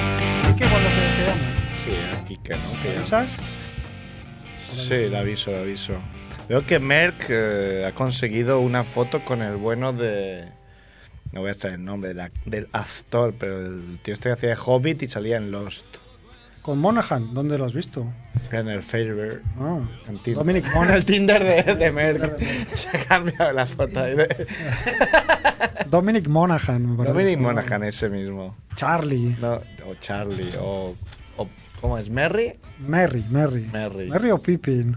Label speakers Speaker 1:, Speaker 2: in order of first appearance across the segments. Speaker 1: este
Speaker 2: Que ¿eh? no, que ya-
Speaker 1: ¿Avisas?
Speaker 2: Sí, le aviso, le aviso. Veo que Merck eh, ha conseguido una foto con el bueno de. No voy a estar el nombre del ac- del actor, pero el tío este que hacía de Hobbit y salía en Lost.
Speaker 1: Con Monaghan, ¿dónde lo has visto?
Speaker 2: En el Fairbear.
Speaker 1: Ah,
Speaker 2: En Tinder.
Speaker 1: Dominic
Speaker 2: Con el
Speaker 1: Monaghan.
Speaker 2: Tinder de, de Merck. Se ha cambiado la foto. ahí de-
Speaker 1: Dominic Monaghan, me parece.
Speaker 2: Dominic
Speaker 1: ¿no?
Speaker 2: Monaghan, ese mismo.
Speaker 1: Charlie.
Speaker 2: No, o Charlie, o. o- ¿Cómo es? ¿Merry?
Speaker 1: Merry, Merry.
Speaker 2: Merry.
Speaker 1: Merry o Pippin.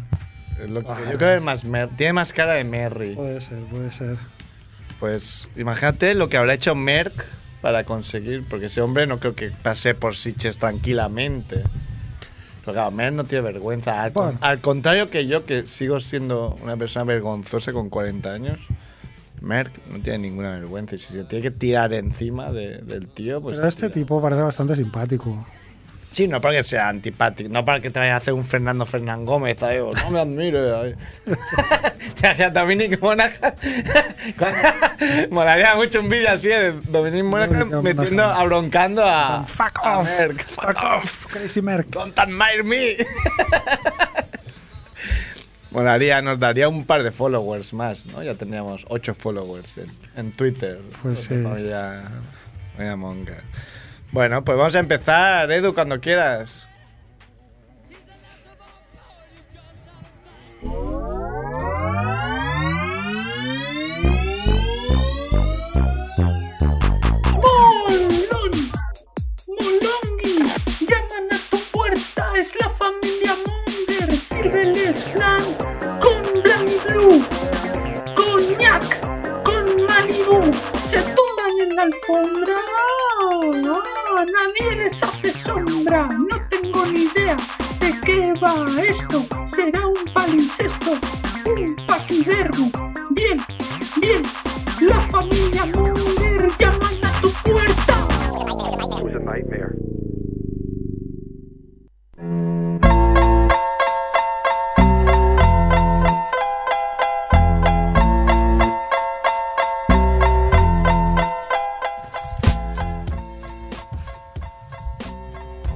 Speaker 2: Lo que-
Speaker 1: Ah,
Speaker 2: yo creo que es más Mer- tiene más cara de Merry.
Speaker 1: Puede ser, puede ser.
Speaker 2: Pues imagínate lo que habrá hecho Merck para conseguir, porque ese hombre no creo que pase por Sitges tranquilamente. Pero claro, Merck no tiene vergüenza. Al, con-
Speaker 1: Bueno.
Speaker 2: al contrario que yo, que sigo siendo una persona vergonzosa con 40 años, Merck no tiene ninguna vergüenza. Y si se tiene que tirar encima de- del tío, pues...
Speaker 1: Pero
Speaker 2: se
Speaker 1: este
Speaker 2: tira.
Speaker 1: tipo parece bastante simpático.
Speaker 2: Sí, no para que sea antipático, no para que te vaya a hacer un Fernando Fernán Gómez, ¿sabes? O, no me admire. ¿sabes? te hacía Dominic Monaghan. Molaría mucho un vídeo así de Dominic Monaghan
Speaker 1: Dominic
Speaker 2: metiendo,
Speaker 1: Monaghan.
Speaker 2: abroncando a.
Speaker 1: Con fuck
Speaker 2: a
Speaker 1: off.
Speaker 2: Merck. Fuck off.
Speaker 1: Crazy Merck.
Speaker 2: Don't admire me. Molaría, nos daría un par de followers más, ¿no? Ya teníamos ocho followers en, en Twitter.
Speaker 1: Pues
Speaker 2: de
Speaker 1: sí.
Speaker 2: Familia, familia Monger. Bueno, pues vamos a empezar, Edu, cuando quieras.
Speaker 3: ¡Molón! ¡Molongi! ¡Llaman a tu puerta! ¡Es la familia Munger! ¡Sírveles flan con Blanc Blue! ¡Coñac con Malibu! ¡Se tumban en la alfombra! ¡Ah! ¡Nadie les hace sombra! ¡No tengo ni idea de qué va esto! ¡Será un palincesto! ¡Un paquidermo! ¡Bien! ¡Bien! ¡La familia Munger llaman a tu puerta!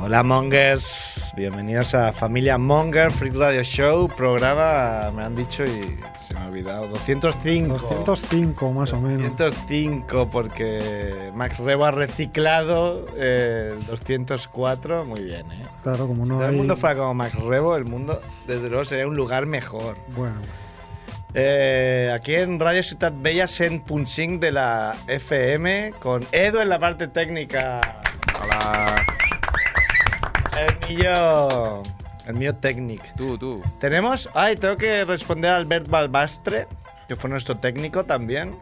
Speaker 2: Hola Mongers, bienvenidos a Familia Monger Freak Radio Show, programa, me han dicho y se me ha olvidado, 205.
Speaker 1: 205 más o menos.
Speaker 2: 205 porque Max Rebo ha reciclado eh, el 204, muy bien, ¿eh?
Speaker 1: Claro, como no
Speaker 2: Si todo
Speaker 1: hay...
Speaker 2: el mundo fuera como Max Rebo, el mundo desde luego sería un lugar mejor.
Speaker 1: Bueno,
Speaker 2: Eh, aquí en Radio Ciudad Bella, en Punching de la FM, con Edu en la parte técnica. Hola. El mío. El mío técnico.
Speaker 4: Tú, tú.
Speaker 2: Tenemos. Ay, tengo que responder a Albert Balbastre, que fue nuestro técnico también.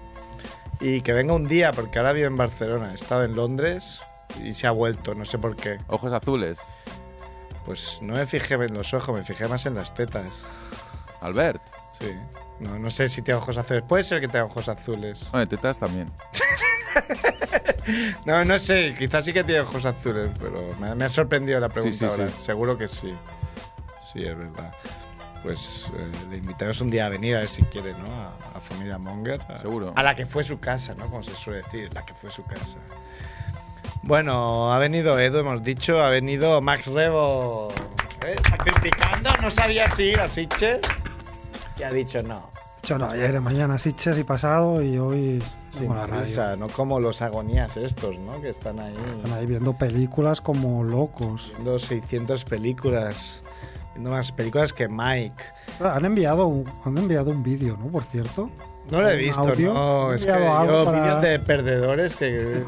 Speaker 2: Y que venga un día, porque ahora vive en Barcelona. Estaba en Londres y se ha vuelto, no sé por qué.
Speaker 4: Ojos azules.
Speaker 2: Pues no me fijé en los ojos, me fijé más en las tetas.
Speaker 4: Albert.
Speaker 2: Sí. No, no sé si tiene ojos azules. Puede ser que tenga ojos azules.
Speaker 4: Bueno, tetas también.
Speaker 2: No, no sé. Quizás sí que tiene ojos azules, pero me, me ha sorprendido la pregunta
Speaker 4: Sí, sí,
Speaker 2: ahora.
Speaker 4: sí.
Speaker 2: Seguro que sí. Sí, es verdad. Pues eh, le invitamos un día a venir, a ver si quiere, ¿no? A, a Familia Monger. A-
Speaker 4: Seguro.
Speaker 2: A la que fue su casa, ¿no? Como se suele decir, la que fue su casa. Bueno, ha venido Edu, hemos dicho, ha venido Max Rebo. ¿Eh? Sacrificando, no sabía si ir a Sitges. Que ha dicho no.
Speaker 1: yo no, ayer, mañana Sitges y pasado y hoy
Speaker 2: Sin
Speaker 1: como la radio.
Speaker 2: prisa, no como los agonías estos, ¿no? Que están ahí
Speaker 1: Están ahí viendo películas como locos.
Speaker 2: viendo 600 películas, viendo más películas que Mike.
Speaker 1: Han enviado un, han enviado un vídeo, ¿no? Por cierto.
Speaker 2: No lo he
Speaker 1: ¿Un
Speaker 2: visto,
Speaker 1: audio?
Speaker 2: no,
Speaker 1: ¿Han
Speaker 2: es que
Speaker 1: enviado algo
Speaker 2: yo
Speaker 1: para-
Speaker 2: vídeos de perdedores que...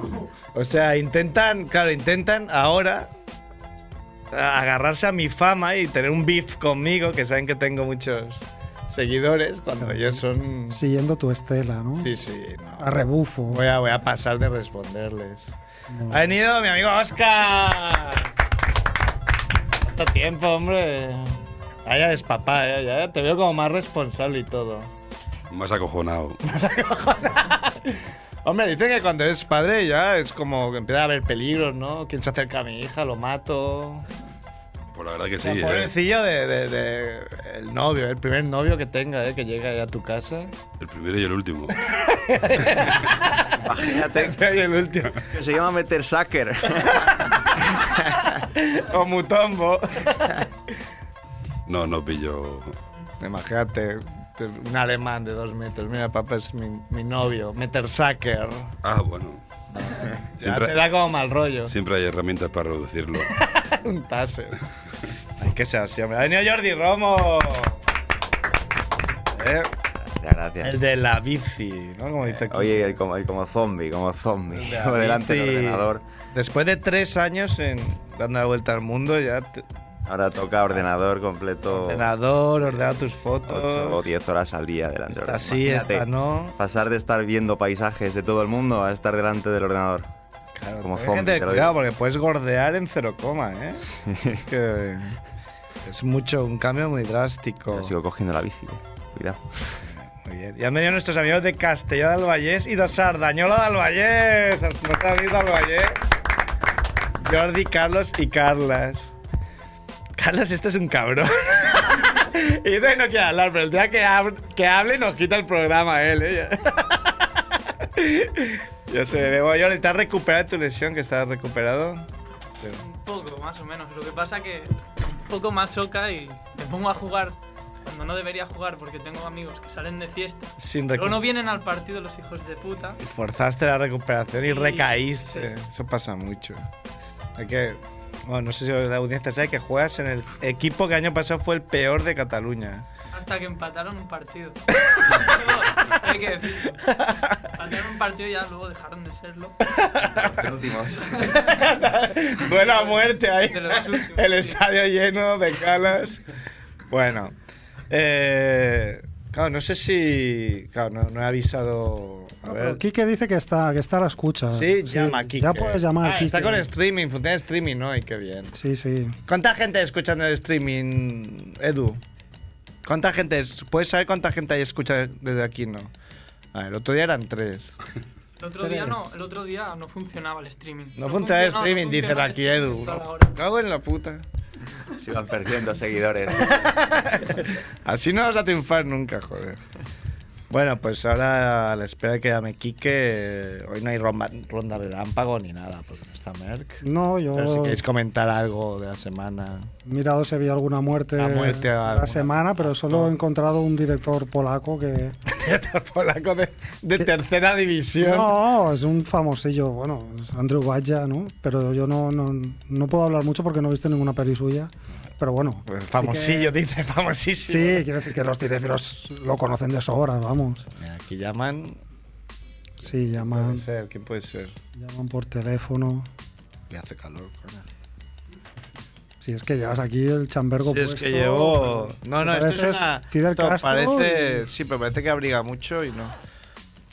Speaker 2: O sea, intentan, claro, intentan ahora agarrarse a mi fama y tener un beef conmigo, que saben que tengo muchos seguidores, cuando ellos son...
Speaker 1: Siguiendo tu estela, ¿no?
Speaker 2: Sí, sí, no.
Speaker 1: A rebufo.
Speaker 2: Voy a, voy a pasar de responderles.
Speaker 1: No.
Speaker 2: Ha venido mi amigo Oscar. ¿Cuánto tiempo, hombre? Ah, ya eres papá, ¿eh? ya te veo como más responsable y todo.
Speaker 5: Más acojonado.
Speaker 2: Hombre, dicen que cuando eres padre ya es como que empieza a haber peligros, ¿no? ¿Quién se acerca a mi hija? Lo mato.
Speaker 5: Pues la verdad que sí,
Speaker 2: El
Speaker 5: ¿eh?
Speaker 2: pobrecillo de, de- de- el novio, el primer novio que tenga, ¿eh? que llega ya a tu casa.
Speaker 5: El primero y el último.
Speaker 6: Imagínate
Speaker 2: Y el último.
Speaker 6: que se llama meter sucker.
Speaker 2: o Mutombo.
Speaker 5: No, no pillo.
Speaker 2: Imagínate, te- un alemán de dos metros. Mira, papá, es mi, mi novio, Metersacker.
Speaker 5: Ah, bueno.
Speaker 2: Ya
Speaker 5: Siempre-
Speaker 2: te da como mal rollo.
Speaker 5: Siempre hay herramientas para reducirlo.
Speaker 2: un taser. Hay que ser así, hombre. Ha venido Jordi Romo. Eh,
Speaker 6: Gracias.
Speaker 2: El de la bici, ¿no? Como dice aquí.
Speaker 6: Oye, el como, el como zombie, como zombie.
Speaker 2: El de la
Speaker 6: Por delante del
Speaker 2: bici.
Speaker 6: ordenador.
Speaker 2: Después de tres años en, dando la vuelta al mundo, ya te-
Speaker 6: Ahora toca ordenador completo.
Speaker 2: ordenador, ordenar tus fotos.
Speaker 6: 8 o 10 horas al día delante del
Speaker 2: Esta
Speaker 6: ordenador.
Speaker 2: sí,
Speaker 6: Imagínate,
Speaker 2: esta no.
Speaker 6: Pasar de estar viendo paisajes de todo el mundo a estar delante del ordenador.
Speaker 2: Claro,
Speaker 6: como
Speaker 2: hay que
Speaker 6: zombie,
Speaker 2: tener
Speaker 6: te lo
Speaker 2: cuidado
Speaker 6: digo.
Speaker 2: porque puedes gordear en cero coma, ¿eh? Es que es mucho, un cambio muy drástico.
Speaker 6: Yo sigo cogiendo la bici. eh. Cuidado.
Speaker 2: Muy bien. Y han venido nuestros amigos de Castelló del Vallés y de Sardañola del Vallés. Els nostres amics del Vallés. Jordi, Carlos y Carlas. Carlos, este es un cabrón. y dice que no quiere hablar, pero el día que, hab- que hable nos quita el programa él, ¿eh? Yo sé, Bebo, Jordi, ¿te has recuperado de tu lesión que estás recuperado?
Speaker 7: Un poco, más o menos. Lo que pasa que un poco más soca y me pongo a jugar cuando no debería jugar porque tengo amigos que salen de fiesta.
Speaker 2: Sin
Speaker 7: Luego no
Speaker 2: recuperar.
Speaker 7: vienen al partido los hijos de puta.
Speaker 2: forzaste la recuperación y
Speaker 7: Sí,
Speaker 2: recaíste. Eso pasa mucho. Hay que. Bueno, no sé si la audiencia sabe que juegas en el equipo que año pasado fue el peor de Cataluña.
Speaker 7: Hasta que empataron un partido. No, Hay que decirlo. Empataron un partido y ya luego dejaron de serlo.
Speaker 2: Duelo a muerte ahí.
Speaker 7: De los últimos,
Speaker 2: El
Speaker 7: sí.
Speaker 2: estadio lleno de calas. Bueno. eh, claro, no sé si. Claro, no, no he avisado. A
Speaker 1: No,
Speaker 2: ver.
Speaker 1: pero Quique dice que está, que está a la escucha.
Speaker 2: Sí, llama Kike.
Speaker 1: Ya puedes llamar,
Speaker 2: Ah,
Speaker 1: Quique.
Speaker 2: está con streaming, funciona streaming, ¿no? Y qué bien.
Speaker 1: Sí, sí.
Speaker 2: ¿Cuánta gente escuchando el streaming, Edu? ¿Cuánta gente es? ¿Puedes saber cuánta gente hay escucha desde aquí, no? Ah, el otro día eran tres.
Speaker 7: El otro día no, el otro día no funcionaba el streaming.
Speaker 2: No, funciona el
Speaker 7: funcionaba,
Speaker 2: streaming,
Speaker 7: no
Speaker 2: dicen
Speaker 7: funcionaba
Speaker 2: aquí,
Speaker 7: el
Speaker 2: Edu.
Speaker 7: streaming toda la hora.
Speaker 2: Cago en la puta.
Speaker 6: Se van perdiendo seguidores.
Speaker 2: Así no vas a triunfar nunca, joder. Bueno, pues ahora a la espera de que llame Quique, hoy no hay ronda, ronda relámpago ni nada, porque no está Merck.
Speaker 1: No, yo
Speaker 2: Pero si queréis comentar algo de la semana.
Speaker 1: he mirado si había alguna muerte,
Speaker 2: La muerte, alguna.
Speaker 1: la semana, pero solo he encontrado un director polaco que...
Speaker 2: Polaco de, de tercera división.
Speaker 1: No, es un famosillo, bueno, es Andrew Badja, ¿no? Pero yo no, no, no puedo hablar mucho porque no he visto ninguna peli suya. Pero bueno,
Speaker 2: Pues
Speaker 1: sí que-
Speaker 2: famosillo, dice, famosísimo.
Speaker 1: Sí, quiero decir que los cinéfilos lo conocen de sobra, vamos.
Speaker 2: Mira, Aquí llaman.
Speaker 1: Sí,
Speaker 2: Puede
Speaker 1: llaman,
Speaker 2: ser, ¿quién puede ser?
Speaker 1: llaman por teléfono.
Speaker 2: Le hace calor, coño.
Speaker 1: Si es que llevas aquí el chambergo
Speaker 2: Sí, es
Speaker 1: puesto. pues,
Speaker 2: que llevo. No, no, esto es
Speaker 1: Pareces
Speaker 2: una.
Speaker 1: Fidel
Speaker 2: esto
Speaker 1: Castro
Speaker 2: parece.
Speaker 1: y-
Speaker 2: Sí, pero parece que abriga mucho y no.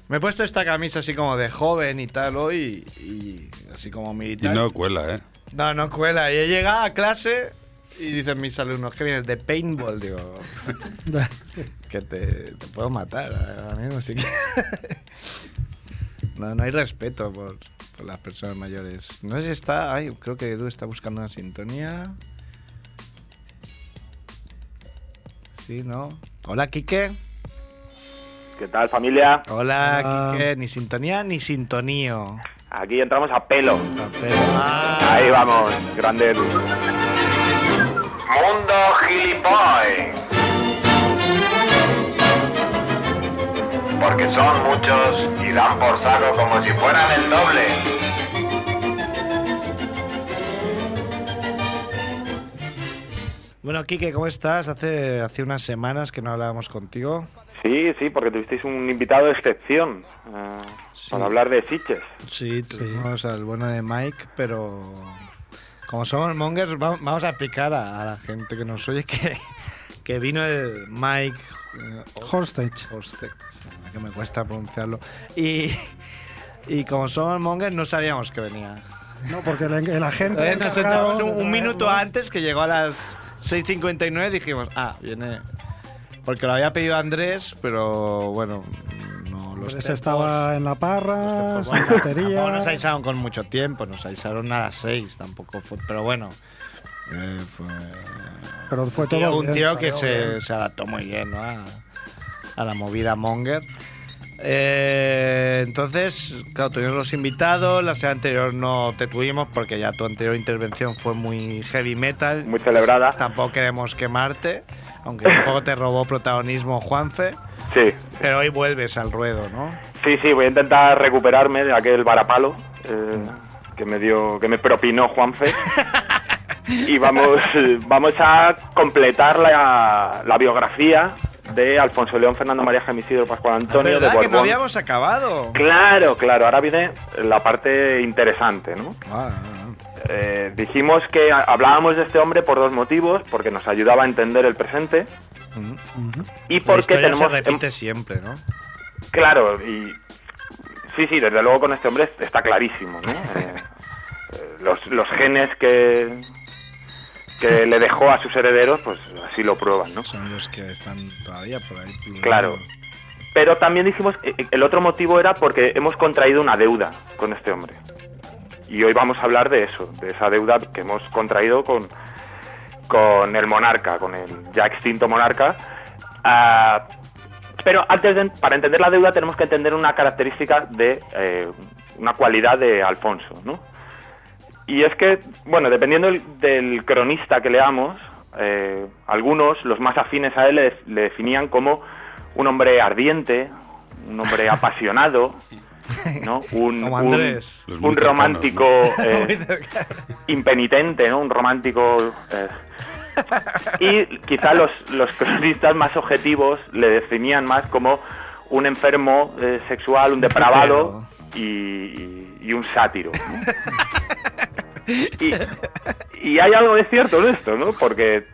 Speaker 2: Me he puesto esta camisa así como de joven y tal hoy y así como
Speaker 5: Y
Speaker 2: militar.
Speaker 5: no cuela, ¿eh?
Speaker 2: no, no cuela. Y he llegado a clase y dicen mis alumnos que vienes de paintball. Digo, que te, te puedo matar ahora mismo si quieres. No, no hay respeto por, por las personas mayores. No sé si está. Ay, creo que Edu está buscando una sintonía. Sí, ¿no? Hola, Quique.
Speaker 8: ¿Qué tal familia?
Speaker 2: Hola,
Speaker 1: Hola.
Speaker 2: Quique. Ni sintonía ni sintonío.
Speaker 8: Aquí entramos a pelo.
Speaker 2: Papel. Ah,
Speaker 8: Ahí vamos, grande. Mundo gilipoy. Porque son muchos y dan por saco como si fueran el doble.
Speaker 2: Bueno, Quique, ¿cómo estás? Hace, hace unas semanas que no hablábamos contigo.
Speaker 8: Sí, sí, porque tuvisteis un invitado de excepción eh, para hablar de Sitches.
Speaker 2: Sí, tuvimos al bueno de Mike, pero como somos mongers, va- vamos a explicar a, a la gente que nos oye que, que vino el Mike eh,
Speaker 1: Horstech.
Speaker 2: Hostek, que me cuesta pronunciarlo. Y, y como somos mongers, no sabíamos que venía.
Speaker 1: No, porque el, el agente.
Speaker 2: Entonces nos
Speaker 1: encargado
Speaker 2: sentamos un,
Speaker 1: de
Speaker 2: un
Speaker 1: traerlo-
Speaker 2: minuto antes, que llegó a las 6.59, dijimos, ah, viene. Porque lo había pedido Andrés, pero bueno, no
Speaker 1: Andrés
Speaker 2: los tiempos-
Speaker 1: estaba en la parra,
Speaker 2: Pues,
Speaker 1: en la
Speaker 2: bueno, Tampoco nos
Speaker 1: cantería.
Speaker 2: avisaron con mucho tiempo, nos avisaron a las 6, tampoco fue. Pero bueno, eh, fue.
Speaker 1: Pero fue
Speaker 2: un tío-
Speaker 1: todo
Speaker 2: un
Speaker 1: bien,
Speaker 2: tío que
Speaker 1: salió bien.
Speaker 2: se, se adaptó muy bien ¿no? a, a la movida Monger. Eh, entonces, claro, tuvimos los invitados, la semana anterior no te tuvimos porque ya tu anterior intervención fue muy heavy metal.
Speaker 8: Muy celebrada.
Speaker 2: Tampoco queremos quemarte, aunque un poco te robó protagonismo Juanfe.
Speaker 8: Sí,
Speaker 2: Pero hoy vuelves al ruedo, ¿no?
Speaker 8: sí, sí, voy a intentar recuperarme de aquel varapalo eh, que me dio, que me propinó Juanfe. y vamos, eh, vamos a completar la, la biografía de Alfonso León, Fernando María Gemisidro, Pascual Antonio de
Speaker 2: Ah, ¿Verdad que no
Speaker 8: Borbón.
Speaker 2: habíamos acabado?
Speaker 8: Claro, claro, ahora viene la parte interesante, ¿no?
Speaker 2: Ah, ah, ah.
Speaker 8: Eh, dijimos que a- hablábamos de este hombre por dos motivos, porque nos ayudaba a entender el presente
Speaker 2: Mm.
Speaker 8: y
Speaker 2: La
Speaker 8: porque
Speaker 2: historia
Speaker 8: tenemos...
Speaker 2: se repite siempre, ¿no?
Speaker 8: em- claro, y... Sí, sí, desde luego con este hombre está clarísimo, ¿no? Eh, eh, los, los genes que, que le dejó a sus herederos, pues así lo prueban, ¿no?
Speaker 2: Son los que están todavía por ahí. pululando.
Speaker 8: Claro. Pero también dijimos, eh, eh, el otro motivo era porque hemos contraído una deuda con este hombre. Y hoy vamos a hablar de eso, de esa deuda que hemos contraído con, con el monarca, con el ya extinto monarca. Ah, pero antes de, para entender la deuda tenemos que entender una característica de, eh, una cualidad de Alfonso, ¿no? Y es que, bueno, dependiendo del, del cronista que leamos, eh, algunos, los más afines a él, le, le definían como un hombre ardiente, un hombre apasionado, ¿no? Un,
Speaker 2: Como
Speaker 8: un-
Speaker 2: Andrés.
Speaker 5: Los
Speaker 8: un
Speaker 5: muy cercanos,
Speaker 8: romántico eh, impenitente, ¿no? Un romántico... eh. Y quizá los, los cronistas más objetivos le definían más como un enfermo eh, sexual, un depravado y, y- y un sátiro. ¿no? Y, y hay algo de cierto en esto, ¿no? Porque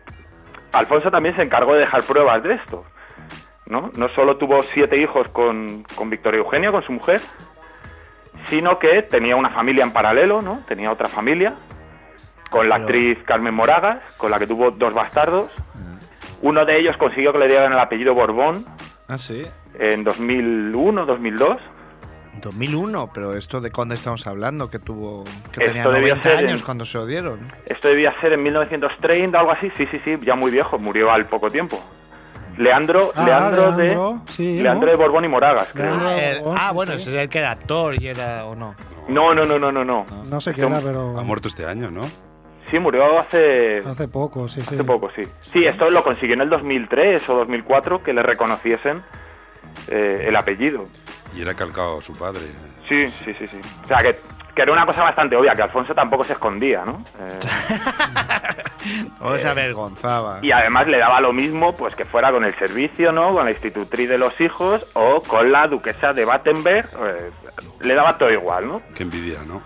Speaker 8: Alfonso también se encargó de dejar pruebas de esto, ¿no? No solo tuvo siete hijos con, con Victoria Eugenia, con su mujer, sino que tenía una familia en paralelo, ¿no? Tenía otra familia con
Speaker 1: Ah,
Speaker 8: la
Speaker 2: Pero-
Speaker 8: actriz Carmen Moragas, con la que tuvo dos bastardos.
Speaker 1: Mm.
Speaker 8: Uno de ellos consiguió que le dieran el apellido Borbón
Speaker 2: Ah, sí.
Speaker 8: en 2001, 2002.
Speaker 2: 2001, pero esto de cuándo estamos hablando, que tuvo que
Speaker 8: Esto
Speaker 2: tenía
Speaker 8: debió
Speaker 2: 90
Speaker 8: ser en-
Speaker 2: años cuando se lo dieron.
Speaker 8: Esto debía ser en 1930 o algo así. Sí, sí, sí, ya muy viejo, murió al poco tiempo. Leandro,
Speaker 1: Ah,
Speaker 8: Leandro,
Speaker 1: Leandro,
Speaker 8: de
Speaker 1: sí,
Speaker 8: Leandro
Speaker 1: ¿no?
Speaker 8: de Borbón y Moragas, creo.
Speaker 1: Leandro-
Speaker 2: Ah, el-
Speaker 1: oh,
Speaker 2: ah,
Speaker 1: sí,
Speaker 2: bueno,
Speaker 1: sí.
Speaker 2: ese es el que era actor y era o no.
Speaker 8: No, no, no, no, no, no.
Speaker 1: No sé qué
Speaker 8: Este
Speaker 1: era,
Speaker 8: hombre
Speaker 1: pero
Speaker 5: Ha muerto este año, ¿no?
Speaker 8: Sí, murió hace
Speaker 1: hace poco, Ah, sí, sí.
Speaker 8: hace poco, sí. Sí, esto lo consiguió en el 2003 o 2004 que le reconociesen eh, el apellido.
Speaker 5: Y era calcado a su padre.
Speaker 8: Sí, sí, sí, sí. O sea que, que era una cosa bastante obvia que Alfonso tampoco se escondía, ¿no? Eh,
Speaker 2: O se avergonzaba.
Speaker 8: Y además le daba lo mismo pues que fuera con el servicio, ¿no? Con la institutriz de los hijos o con la duquesa de Battenberg. eh, le daba todo igual, ¿no?
Speaker 5: Qué envidia, ¿no?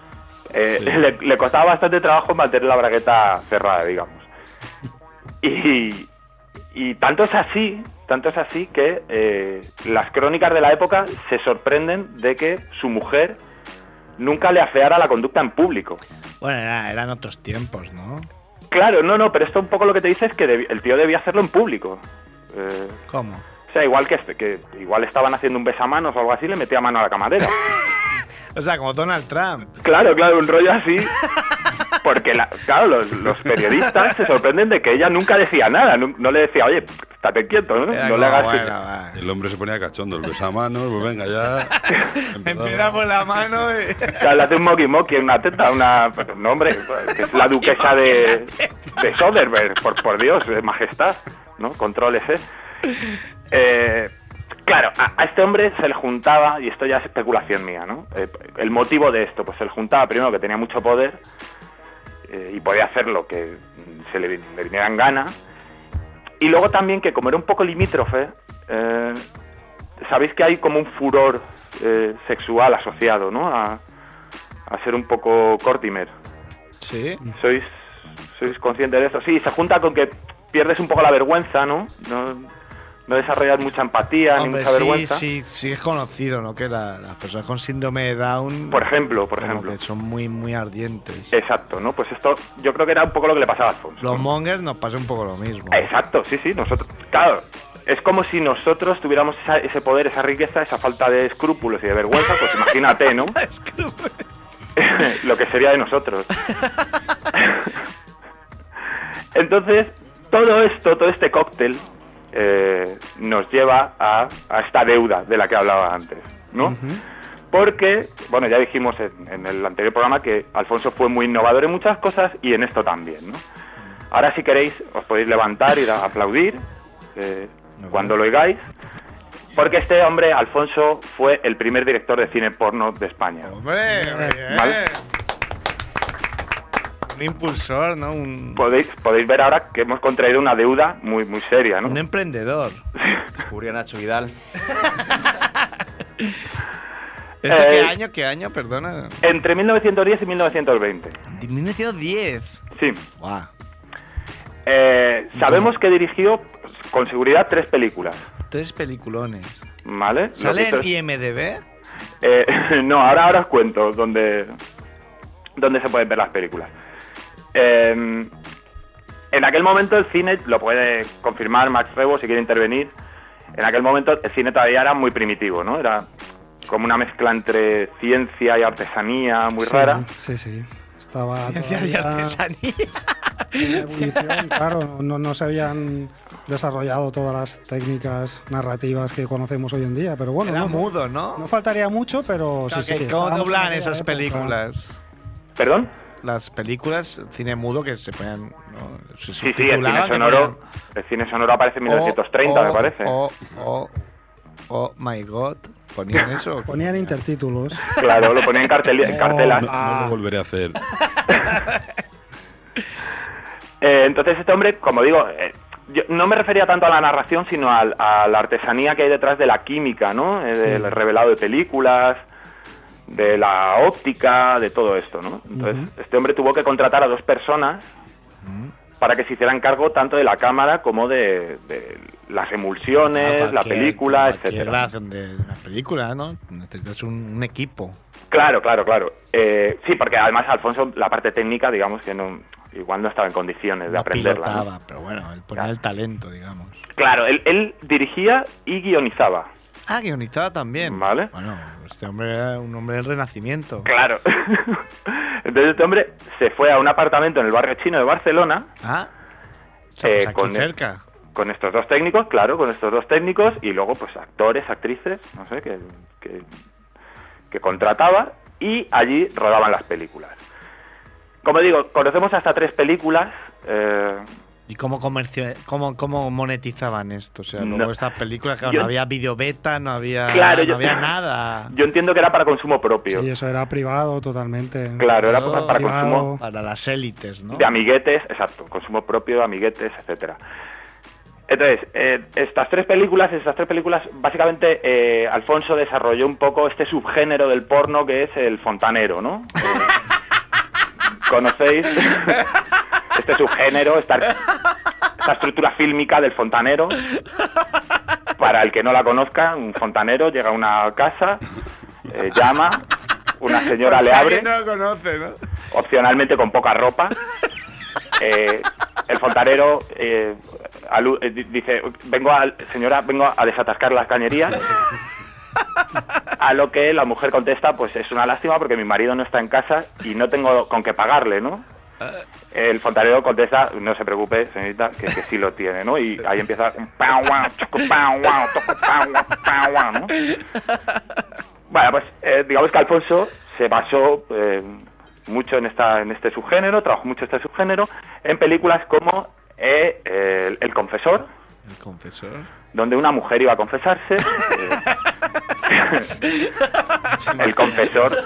Speaker 8: Eh, le, le costaba bastante trabajo mantener la bragueta cerrada, digamos. Y, y tanto es así, tanto es así que eh, las crónicas de la época se sorprenden de que su mujer nunca le afeara la conducta en público.
Speaker 2: Bueno, era- eran otros tiempos, ¿no?
Speaker 8: Claro, no, no, pero esto un poco lo que te dice es que debi- el tío debía hacerlo en público. Eh,
Speaker 2: ¿Cómo?
Speaker 8: O sea, igual que, este- que igual estaban haciendo un besamanos o algo así, le metía mano a la camarera.
Speaker 2: O sea, como Donald Trump.
Speaker 8: claro, claro, un rollo así. Porque, la- claro, los, los periodistas se sorprenden de que ella nunca decía nada. No, no le decía, oye, estate quieto, ¿no?
Speaker 2: Era
Speaker 8: No
Speaker 2: como,
Speaker 8: le hagas...
Speaker 2: bueno, va.
Speaker 5: El hombre se ponía cachondo, el besamanos, pues venga ya.
Speaker 2: Empieza por la mano y...
Speaker 8: Claro, le hace un moqui moqui en una teta, una... No, hombre, es la duquesa de, de Soderbergh, por, por Dios, eh, majestad, ¿no? Contrólese. Eh, claro, a, a este hombre se le juntaba, y esto ya es especulación mía, ¿no? Eh, el motivo de esto, pues se le juntaba primero que tenía mucho poder eh, y podía hacer lo que mm, se le, vin- le viniera en gana, y luego también que como era un poco limítrofe, eh, sabéis que hay como un furor eh, sexual asociado, ¿no? A, a ser un poco cortimer.
Speaker 2: Sí.
Speaker 8: ¿Sois, ¿Sois conscientes de eso? Sí, se junta con que pierdes un poco la vergüenza, ¿no? No, no desarrollas mucha empatía ni
Speaker 2: Hombre,
Speaker 8: mucha
Speaker 2: sí,
Speaker 8: vergüenza.
Speaker 2: sí, sí es conocido, ¿no? Que la- las personas con síndrome de Down...
Speaker 8: Por ejemplo, por
Speaker 2: como
Speaker 8: ejemplo.
Speaker 2: que son muy, muy ardientes.
Speaker 8: Exacto, ¿no? Pues esto yo creo que era un poco lo que le pasaba a Alfonso.
Speaker 2: Los
Speaker 8: ¿no?
Speaker 2: mongers nos pasa un poco lo mismo.
Speaker 8: Exacto, sí, sí, nosotros, claro, es como si nosotros tuviéramos esa- ese poder, esa riqueza, esa falta de escrúpulos y de vergüenza, pues imagínate, ¿no? Lo que sería de nosotros. Entonces, todo esto, todo este cóctel, eh, nos lleva a, a esta deuda de la que hablaba antes, ¿no? Porque, bueno, ya dijimos en, en el anterior programa que Alfonso fue muy innovador en muchas cosas y en esto también, ¿no? Ahora si queréis os podéis levantar y aplaudir eh, cuando lo oigáis, porque este hombre, Alfonso, fue el primer director de cine porno de España.
Speaker 2: Hombre, bien.
Speaker 8: Vale.
Speaker 2: Un impulsor, ¿no? Un,
Speaker 8: Podéis, podéis ver ahora que hemos contraído una deuda muy, muy seria, ¿no?
Speaker 2: un emprendedor.
Speaker 6: Descubrí a Nacho Vidal.
Speaker 2: ¿Esto ¿Este qué
Speaker 8: Eh,
Speaker 2: año? ¿Qué año? Perdona.
Speaker 8: Entre 1910 y 1920.
Speaker 2: 1910.
Speaker 8: Sí.
Speaker 2: Guau.
Speaker 8: Eh, sabemos que dirigió con seguridad tres películas,
Speaker 2: Tres peliculones.
Speaker 8: ¿vale? Lo
Speaker 2: ¿Sale
Speaker 8: que
Speaker 2: en
Speaker 8: hizo es-
Speaker 2: IMDB?
Speaker 8: Eh, no, ahora, ahora os cuento dónde, dónde se pueden ver las películas. Eh, en aquel momento el cine, lo puede confirmar Max Rebo si quiere intervenir, en aquel momento el cine todavía era muy primitivo, ¿no? Era como una mezcla entre ciencia y artesanía muy
Speaker 1: Sí,
Speaker 8: rara.
Speaker 1: Sí, sí. Estaba
Speaker 2: Ciencia y
Speaker 1: todavía
Speaker 2: artesanía.
Speaker 1: en ebullición, claro, no, no se habían desarrollado todas las técnicas narrativas que conocemos hoy en día, pero bueno,
Speaker 2: Era
Speaker 1: no,
Speaker 2: mudo, ¿no?
Speaker 1: no faltaría mucho, pero
Speaker 2: Claro,
Speaker 1: sí, sí,
Speaker 2: que ¿Cómo
Speaker 1: estábamos en
Speaker 2: doblan
Speaker 1: aquella
Speaker 2: esas
Speaker 1: época.
Speaker 2: películas?
Speaker 8: ¿Perdón?
Speaker 2: Las películas, cine mudo que se ponían. ¿no?
Speaker 8: Sí,
Speaker 2: Se
Speaker 8: sí, el cine
Speaker 2: subtitulaban, que
Speaker 8: sonoro,
Speaker 2: ponían-
Speaker 8: el cine sonoro aparece en 1930,
Speaker 2: Oh,
Speaker 8: me parece.
Speaker 2: Oh, oh, oh my god. ¿Ponían eso?
Speaker 1: Ponían intertítulos.
Speaker 8: Claro, lo ponía en, cartel, en cartelas.
Speaker 5: No, no lo volveré a hacer.
Speaker 8: Eh, entonces este hombre, como digo, eh, yo no me refería tanto a la narración, sino al- a, la artesanía que hay detrás de la química, ¿no? Eh, del revelado de películas, de la óptica, de todo esto, ¿no? Entonces este hombre tuvo que contratar a dos personas para que se hicieran cargo tanto de la cámara como de, de las emulsiones, la película, etcétera.
Speaker 2: La de de una película, ¿no? Necesitas un, un equipo.
Speaker 8: Claro, claro, claro. Eh, sí, porque además Alfonso, la parte técnica, digamos que no, igual no estaba en condiciones de
Speaker 2: No
Speaker 8: aprenderla. ¿no?
Speaker 2: pilotaba, pero bueno, él ponía
Speaker 8: Claro.
Speaker 2: el talento, digamos.
Speaker 8: Claro, él, él dirigía y guionizaba.
Speaker 2: Ah, guionizaba también.
Speaker 8: Vale.
Speaker 2: Bueno, este hombre era un hombre del renacimiento.
Speaker 8: Claro. Entonces este hombre se fue a un apartamento en el barrio chino de Barcelona
Speaker 2: Ah, o sea, pues
Speaker 8: Eh,
Speaker 2: aquí
Speaker 8: con-
Speaker 2: cerca.
Speaker 8: con estos dos técnicos, claro, con estos dos técnicos y luego pues actores, actrices, no sé, que, que, que contrataba y allí rodaban las películas. Como digo, conocemos hasta tres películas. eh,
Speaker 2: ¿Y cómo, comercio- cómo, cómo monetizaban esto? O sea, luego
Speaker 8: No.
Speaker 2: estas películas, claro,
Speaker 8: Yo-
Speaker 2: no había videobeta, no había,
Speaker 8: Claro,
Speaker 2: no
Speaker 8: yo-
Speaker 2: había nada.
Speaker 8: yo entiendo que era para consumo propio.
Speaker 1: Sí, eso era privado totalmente.
Speaker 8: Claro, era
Speaker 2: Yo-
Speaker 8: para
Speaker 1: privado.
Speaker 8: consumo
Speaker 2: Para las élites, ¿no?
Speaker 8: De amiguetes, exacto, consumo propio, amiguetes, etcétera. Entonces, eh, estas tres películas, estas tres películas, básicamente eh, Alfonso desarrolló un poco este subgénero del porno que es el fontanero, ¿no? ¿Conocéis este subgénero, esta, esta estructura fílmica del fontanero? Para el que no la conozca, un fontanero llega a una casa, eh, llama, una señora
Speaker 2: O sea,
Speaker 8: le abre
Speaker 2: que no lo conoce, ¿no?
Speaker 8: opcionalmente con poca ropa. Eh, el fontanero eh, alu- eh, di- dice, vengo a, señora, vengo a desatascar las cañerías. A lo que la mujer contesta, pues es una lástima porque mi marido no está en casa y no tengo con qué pagarle, ¿no? El fontanero contesta, no se preocupe, señorita, que, que sí lo tiene, ¿no? Y ahí empieza... un pau, guau, choco, pau, guau, toco, pau, guau, pau, guau, ¿no? Bueno, pues eh, digamos que Alfonso se basó eh, mucho en, esta, en este subgénero, trabajó mucho este subgénero, en películas como eh, eh, el, El Confesor,
Speaker 2: El confesor.
Speaker 8: donde una mujer iba a confesarse. eh, el confesor.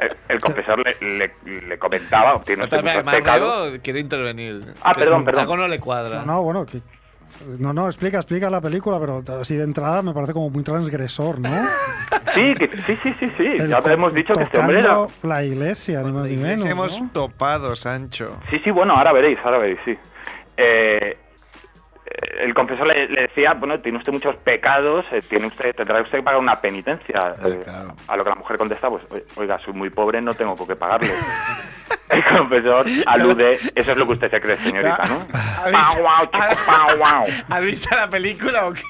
Speaker 8: El, el confesor le, le- le comentaba, obtiene usted muchos pecados.
Speaker 9: quiero intervenir.
Speaker 8: Ah, perdón, perdón.
Speaker 9: Algo no le cuadra.
Speaker 1: No, no, bueno, que- no, no, explica, explica la película, pero así de entrada me parece como muy transgresor, ¿no?
Speaker 8: Sí, que- sí, sí, sí, sí.
Speaker 1: El
Speaker 8: Ya
Speaker 1: co-
Speaker 8: te hemos dicho que este hombre era.
Speaker 1: tocando La iglesia, ni más ni menos.
Speaker 2: Iglesia hemos
Speaker 1: ¿no?
Speaker 2: topado, Sancho.
Speaker 8: Sí, sí, bueno, ahora veréis, ahora veréis, sí. Eh, el confesor le, le decía, bueno, tiene usted muchos pecados, eh, tiene usted, tendrá usted que pagar una penitencia.
Speaker 2: Eh,
Speaker 8: Eh,
Speaker 2: claro.
Speaker 8: A lo que la mujer contesta, pues, "Oi- oiga, soy muy pobre, no tengo por qué pagarle. El confesor alude, eso es lo que usted se cree, señorita, ¿no?
Speaker 2: ¿Ha
Speaker 8: Pau,
Speaker 2: visto-
Speaker 8: guau, chico, pau, guau.
Speaker 2: ¿Has visto la película o qué?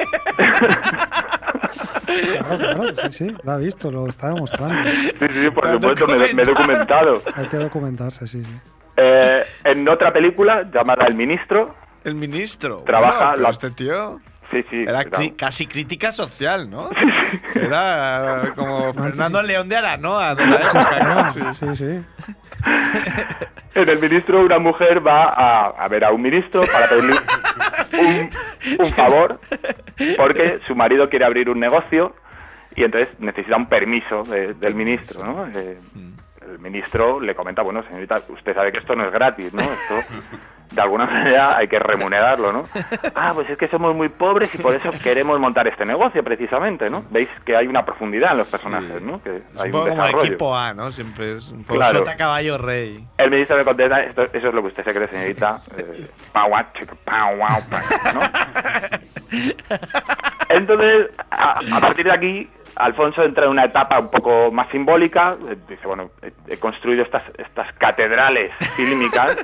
Speaker 1: Claro, claro, sí, sí, la ha visto, lo está demostrando.
Speaker 8: Sí, sí, sí, por
Speaker 2: Lo has
Speaker 8: supuesto, me, me he documentado.
Speaker 1: Hay que documentarse, sí. sí.
Speaker 8: Eh, en otra película llamada El Ministro,
Speaker 2: El ministro.
Speaker 8: Trabaja
Speaker 2: Bueno, pero
Speaker 8: la-
Speaker 2: este tío
Speaker 8: Sí, sí.
Speaker 2: era
Speaker 8: era-
Speaker 2: cri- casi crítica social, ¿no? Era como Fernando León de Aranoa de la época, ¿no? Sí, sí.
Speaker 1: Sí, sí.
Speaker 8: En el ministro una mujer va a, a ver a un ministro para pedirle un, un favor porque su marido quiere abrir un negocio y entonces necesita un permiso de- del ministro, ¿no? Eh, el ministro le comenta, bueno, señorita, usted sabe que esto no es gratis, ¿no? Esto de alguna manera hay que remunerarlo, ¿no? Ah, pues es que somos muy pobres y por eso queremos montar este negocio precisamente, ¿no? Veis que hay una profundidad en los personajes, ¿no? Que
Speaker 2: Es
Speaker 8: hay
Speaker 2: un
Speaker 8: un
Speaker 2: poco como
Speaker 8: desarrollo.
Speaker 2: equipo A, ¿no? Siempre es un poco
Speaker 8: Claro.
Speaker 2: sota caballo rey.
Speaker 8: El ministro le contesta, "Esto- eso es lo que usted se cree, señorita. Eh, pau, guau, chica, pau, guau, pau", ¿no? Entonces, a, a partir de aquí, Alfonso entra en una etapa un poco más simbólica. Eh, Dice, bueno, he, he construido estas, estas catedrales fílmicas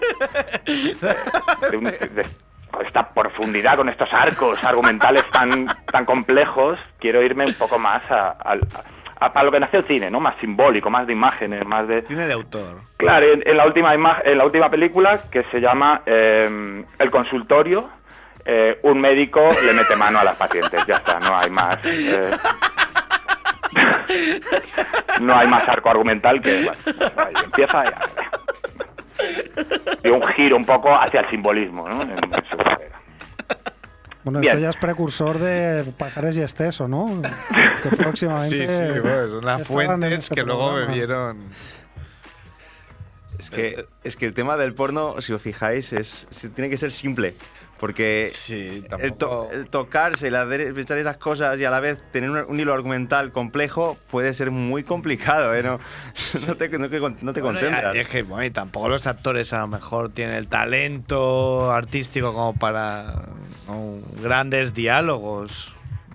Speaker 8: de, un- de- con esta profundidad, con estos arcos argumentales tan, tan complejos, quiero irme un poco más a, al- a- a lo que nace el cine, ¿no? Más simbólico, más de imágenes, más de...
Speaker 2: Tiene de autor.
Speaker 8: Claro, en, en la última ima- en la última película que se llama eh, El consultorio, eh, un médico le mete mano a las pacientes, ya está, no hay más. eh, no hay más arco argumental que bueno, ahí empieza ya. y un giro un poco hacia el simbolismo, ¿no? En su carrera.
Speaker 1: Bueno,
Speaker 8: Bien.
Speaker 1: esto ya es precursor de Pajares y Esteso, ¿no? Que próximamente.
Speaker 2: Sí, sí, bueno, son
Speaker 1: estaban
Speaker 2: las
Speaker 1: en
Speaker 2: fuentes
Speaker 1: este
Speaker 2: que luego
Speaker 1: programa.
Speaker 2: bebieron.
Speaker 6: Es que, es que el tema del porno, si os fijáis, es, se- tiene que ser simple. Porque
Speaker 2: Sí,
Speaker 6: Eh, el, to- el tocarse, el hacer echar esas cosas y a la vez tener un, un hilo argumental complejo puede ser muy complicado, ¿eh? No, no te, no, que- no te
Speaker 2: Bueno,
Speaker 6: concentras.
Speaker 2: y- y es que bueno, y tampoco los actores a lo mejor tienen el talento artístico como para ¿no? grandes diálogos.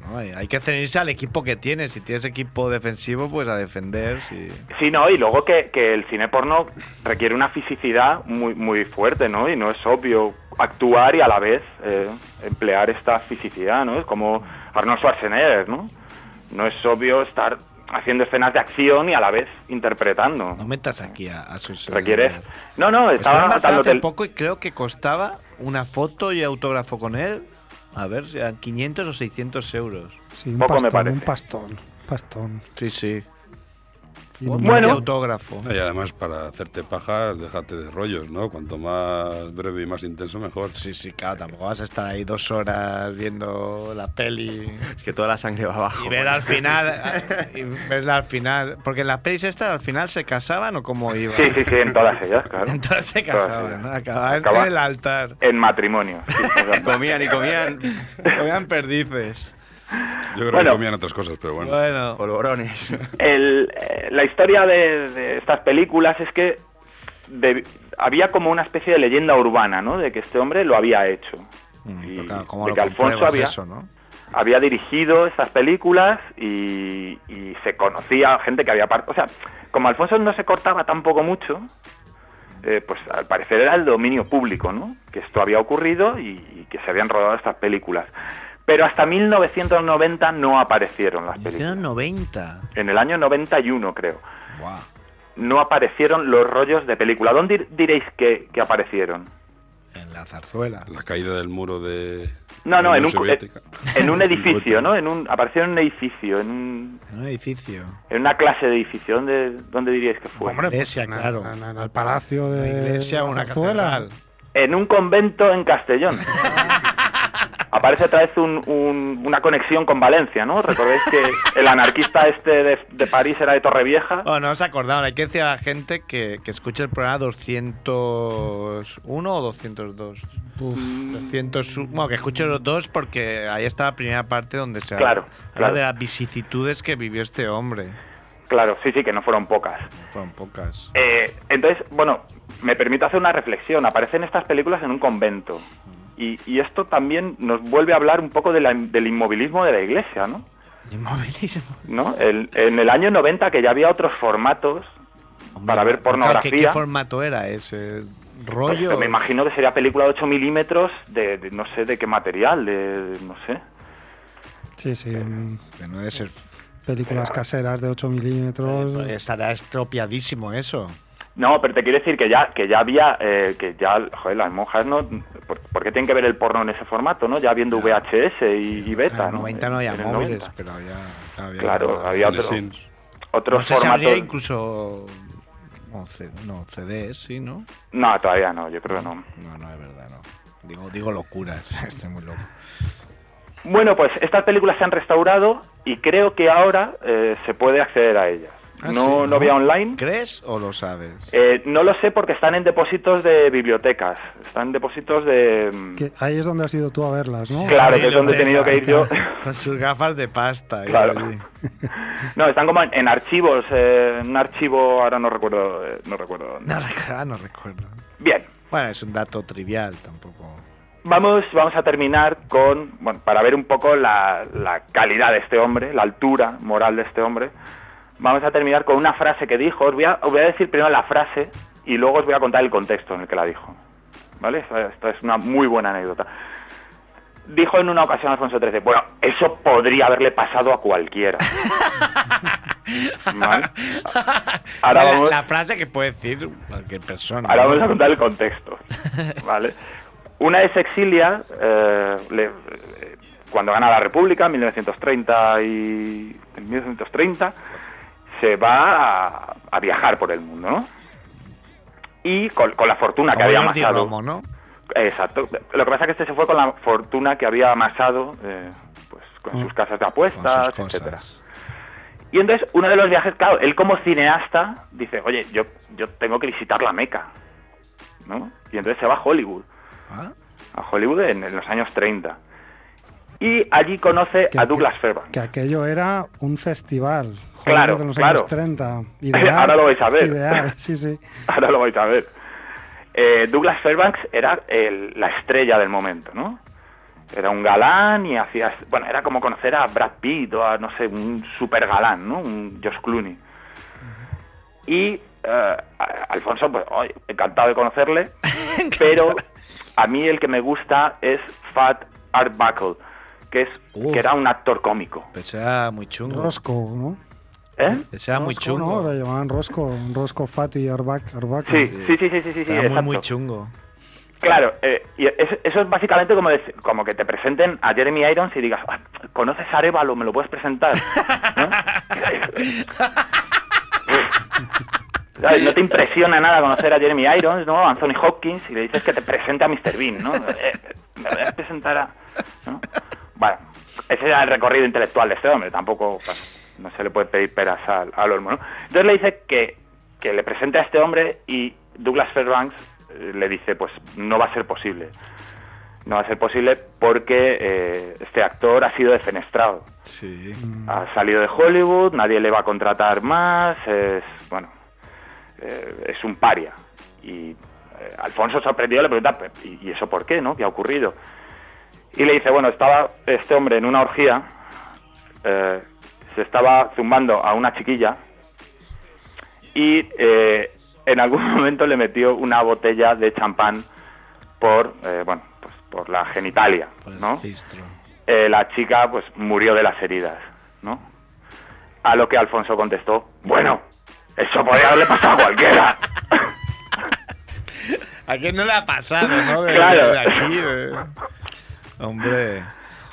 Speaker 2: ¿no? Hay hay que ceñirse al equipo que tienes. Si tienes equipo defensivo, pues a defender. sí.
Speaker 8: Sí, no, y luego que, que el cine porno requiere una fisicidad muy, muy fuerte, ¿no? Y no es obvio actuar y a la vez eh, emplear esta fisicidad, ¿no? Es como Arnold Schwarzenegger, ¿no? No es obvio estar haciendo escenas de acción y a la vez interpretando.
Speaker 2: No metas aquí a, a sus.
Speaker 8: Requieres... No, no,
Speaker 2: Estaba en
Speaker 8: estaba
Speaker 2: Barcelona
Speaker 8: notando
Speaker 2: hace poco y creo que costaba una foto y autógrafo con él. A ver, eran 500 o 600 euros.
Speaker 1: Sí, un
Speaker 8: Poco me
Speaker 1: pastón,
Speaker 8: parece.
Speaker 1: un pastón. Pastón.
Speaker 2: Sí, sí.
Speaker 1: Y
Speaker 2: Foto
Speaker 8: Bueno.
Speaker 2: y autógrafo.
Speaker 5: Y además, para hacerte pajas, déjate de rollos, ¿no? Cuanto más breve y más intenso, mejor.
Speaker 2: Sí, sí, claro, tampoco vas a estar ahí dos horas viendo la peli.
Speaker 6: Es que toda la sangre va abajo.
Speaker 2: Y verla al final, y verla al final, porque en las pelis estas al final se casaban o cómo iba.
Speaker 8: Sí, sí, sí, en todas ellas, claro.
Speaker 2: Entonces se
Speaker 8: Todas
Speaker 2: casaban,
Speaker 8: ellas.
Speaker 2: ¿no? acababan
Speaker 8: Acaba-
Speaker 2: en el altar,
Speaker 8: En matrimonio. sí, exacto.
Speaker 6: Comían y comían
Speaker 2: comían perdices.
Speaker 5: Yo creo
Speaker 8: Bueno.
Speaker 5: que comían otras cosas, pero bueno.
Speaker 2: Bueno,
Speaker 6: polvorones.
Speaker 8: el, eh, la historia de, de estas películas es que de- había como una especie de leyenda urbana, ¿no? De que este hombre lo había hecho. Y
Speaker 2: tocaba como
Speaker 8: de
Speaker 2: Mm, lo
Speaker 8: que Alfonso
Speaker 2: compruebas
Speaker 8: había,
Speaker 2: eso, ¿no?
Speaker 8: había dirigido estas películas y, y se conocía gente que había... par- O sea, como Alfonso no se cortaba tampoco mucho, eh, pues al parecer era el dominio público, ¿no? Que esto había ocurrido y, y que se habían rodado estas películas. Pero hasta 1990 no aparecieron las películas.
Speaker 2: 90.
Speaker 8: En el año 91, creo
Speaker 2: Guau.
Speaker 8: no aparecieron los rollos de película. ¿Dónde dir- diréis que, que aparecieron?
Speaker 2: En la zarzuela.
Speaker 5: La caída del muro de.
Speaker 8: No,
Speaker 5: de
Speaker 8: no,
Speaker 5: la
Speaker 8: en un,
Speaker 5: Unión
Speaker 8: cu- en,
Speaker 5: Soviética.
Speaker 8: en un edificio,
Speaker 5: Soviética.
Speaker 8: ¿no? En un, aparecieron en un edificio, en, un-
Speaker 2: En un edificio.
Speaker 8: en una clase de edificio. ¿Dónde, dónde diríais que
Speaker 1: Pues,
Speaker 8: fue?
Speaker 2: Hombre, iglesia,
Speaker 1: en-
Speaker 2: claro.
Speaker 1: en- en el palacio de
Speaker 2: Una iglesia, una
Speaker 1: Zarzuela.
Speaker 2: catedral.
Speaker 8: En un convento en Castellón. Aparece otra vez un- un- una conexión con Valencia, ¿no? ¿Recordáis que el anarquista este de, de París era de Torrevieja?
Speaker 2: Oh, no os acordaron, hay que decir a la gente que, que escuche el programa 201 o 202. 201, bueno, que escuche los dos porque ahí está la primera parte donde se habla-
Speaker 8: Claro,
Speaker 2: habla
Speaker 8: claro.
Speaker 2: de las vicisitudes que vivió este hombre.
Speaker 8: Claro, sí, sí, que no fueron pocas.
Speaker 2: Fueron pocas.
Speaker 8: Eh, entonces, bueno, me permito hacer una reflexión. Aparecen estas películas en un convento. Y, y esto también nos vuelve a hablar un poco de la- del inmovilismo de la iglesia, ¿no?
Speaker 2: Inmovilismo.
Speaker 8: ¿No? El- en el año 90, que ya había otros formatos para ver
Speaker 2: Claro, ¿qué-
Speaker 8: pornografía.
Speaker 2: ¿Qué formato era ese?
Speaker 8: pues,
Speaker 2: ¿Rollo?
Speaker 8: me imagino que sería película de 8 milímetros de, de no sé de qué material, de, de eh, no sé.
Speaker 1: Sí, sí. mm,
Speaker 2: Que no debe ser.
Speaker 1: Películas caseras de 8 milímetros.
Speaker 2: Estará estropiadísimo eso.
Speaker 8: No, pero te quiero decir que ya, que ya había, eh, que ya, joder, las monjas no, ¿por, por qué tienen que ver el porno en ese formato, no? Ya viendo VHS y, y
Speaker 2: En
Speaker 8: beta,
Speaker 2: el 90 Ah, no había
Speaker 8: En el
Speaker 2: móviles,
Speaker 8: 90.
Speaker 2: pero había. había
Speaker 8: Claro, había
Speaker 5: Tele
Speaker 8: otro,
Speaker 5: Sims.
Speaker 8: otros
Speaker 2: No sé si
Speaker 8: formatos.
Speaker 2: habría incluso. No, C- no, CDs, sí, ¿no?
Speaker 8: No, todavía no, yo creo que no.
Speaker 2: No, no, es verdad, no. Digo, digo locuras, estoy muy loco.
Speaker 8: Bueno, pues estas películas se han restaurado y creo que ahora eh, se puede acceder a ellas.
Speaker 2: Ah,
Speaker 8: no,
Speaker 2: sí,
Speaker 8: no
Speaker 2: ¿no?
Speaker 8: había online.
Speaker 2: ¿Crees o lo sabes?
Speaker 8: Eh, no lo sé porque están en depósitos de bibliotecas, están en depósitos de... mm,
Speaker 1: Que ahí es donde has ido tú a verlas,
Speaker 2: Pues
Speaker 1: ¿no?
Speaker 8: Claro, que es donde he tenido que ir yo.
Speaker 2: Con sus gafas de pasta. y
Speaker 8: Claro.
Speaker 2: allí.
Speaker 8: No, están como en, en archivos, eh, en un archivo, ahora no recuerdo, eh, no recuerdo dónde.
Speaker 2: No, rec- ah, no recuerdo.
Speaker 8: Bien,
Speaker 2: Bueno, es un dato trivial tampoco.
Speaker 8: vamos, vamos a terminar con, bueno, para ver un poco la, la calidad de este hombre, la altura moral de este hombre, vamos a terminar con una frase que dijo, os voy a, os voy a decir primero la frase y luego os voy a contar el contexto en el que la dijo. ¿Vale? Esta, esta es una muy buena anécdota. Dijo en una ocasión Alfonso XIII, bueno, eso podría haberle pasado a cualquiera. ¿Vale? Ahora
Speaker 2: O sea, la-
Speaker 8: vamos-
Speaker 2: la, frase que puede decir cualquier persona.
Speaker 8: Ahora
Speaker 2: ¿no?
Speaker 8: vamos a contar el contexto. ¿vale? Una ex-exilia, eh, le- eh, cuando gana la República, en 1930, y, en 1930 se va a, a viajar por el mundo, ¿no? Y con, con la fortuna que
Speaker 2: Como
Speaker 8: había
Speaker 2: Jordi
Speaker 8: amasado.
Speaker 2: Romo, ¿no?
Speaker 8: Exacto. Lo que pasa es que este se fue con la fortuna que había amasado, eh, pues con
Speaker 2: Mm.
Speaker 8: sus casas de
Speaker 2: Con sus
Speaker 8: apuestas, etcétera.
Speaker 2: cosas.
Speaker 8: Y entonces, uno de los viajes, claro, él como cineasta dice, oye, yo, yo tengo que visitar la Meca, ¿no? Y entonces se va a Hollywood,
Speaker 2: Ah,
Speaker 8: a Hollywood en, en los años 30. Y allí conoce
Speaker 1: Que-
Speaker 8: a Douglas Fairbanks.
Speaker 1: Que aquello era un festival. Hollywood
Speaker 8: Claro,
Speaker 1: de los
Speaker 8: claro.
Speaker 1: años 30. Ideal,
Speaker 8: Ahora lo vais a ver.
Speaker 1: Ideal, sí, sí.
Speaker 8: Ahora lo vais a ver. Eh, Douglas Fairbanks era el- la estrella del momento, ¿no? Era un galán y hacía... Bueno, era como conocer a Brad Pitt o a, no sé, un super galán, ¿no? Un Josh Clooney. Y eh, a- Alfonso, pues, oye, encantado de conocerle, pero a mí el que me gusta es Fat Art Buckle, que, es,
Speaker 2: Uf.
Speaker 8: que era un actor cómico.
Speaker 2: pero eso era muy chungo.
Speaker 1: Rosco, ¿no?
Speaker 8: ¿Eh?
Speaker 2: Eso era muy
Speaker 1: Rosco, ¿no?
Speaker 2: chungo.
Speaker 1: Le llamaban Rosco. Rosco Fati, Arbac, Arbac.
Speaker 8: Sí, sí, sí, sí, sí, sí, sí,
Speaker 2: Estaba muy, muy
Speaker 8: exacto.
Speaker 2: chungo.
Speaker 8: Claro, eh, y es- eso es básicamente como, dec- como que te presenten a Jeremy Irons y digas, "Ah, ¿conoces a Arevalo? ¿Me lo puedes presentar? ¿No? ¿Sabes? No te impresiona nada conocer a Jeremy Irons, ¿no? Anthony Hopkins y le dices que te presente a Mr. Bean, ¿no? Eh, me voy a presentar a... ¿no? Bueno, ese era el recorrido intelectual de este hombre, tampoco bueno, no se le puede pedir peras al, al olmo, ¿no? Entonces le dice que, que le presente a este hombre y Douglas Fairbanks eh, le dice, pues no va a ser posible. No va a ser posible porque eh, este actor ha sido defenestrado.
Speaker 2: Sí.
Speaker 8: Ha salido de Hollywood, nadie le va a contratar más, es, bueno, eh, es un paria. Y eh, Alfonso sorprendido le pregunta, "Pe- ¿y y eso por qué, no? ¿Qué ha ocurrido? Y le dice, bueno, estaba este hombre en una orgía, eh, se estaba zumbando a una chiquilla y eh, en algún momento le metió una botella de champán por, eh, bueno, pues por la genitalia,
Speaker 2: Por el
Speaker 8: ¿no?
Speaker 2: registro.
Speaker 8: eh, la chica pues murió de las heridas, ¿no? A lo que Alfonso contestó, bueno, eso podría haberle pasado a cualquiera.
Speaker 2: ¿A quién no le ha pasado, no? De,
Speaker 8: Claro.
Speaker 2: de aquí, de- Hombre.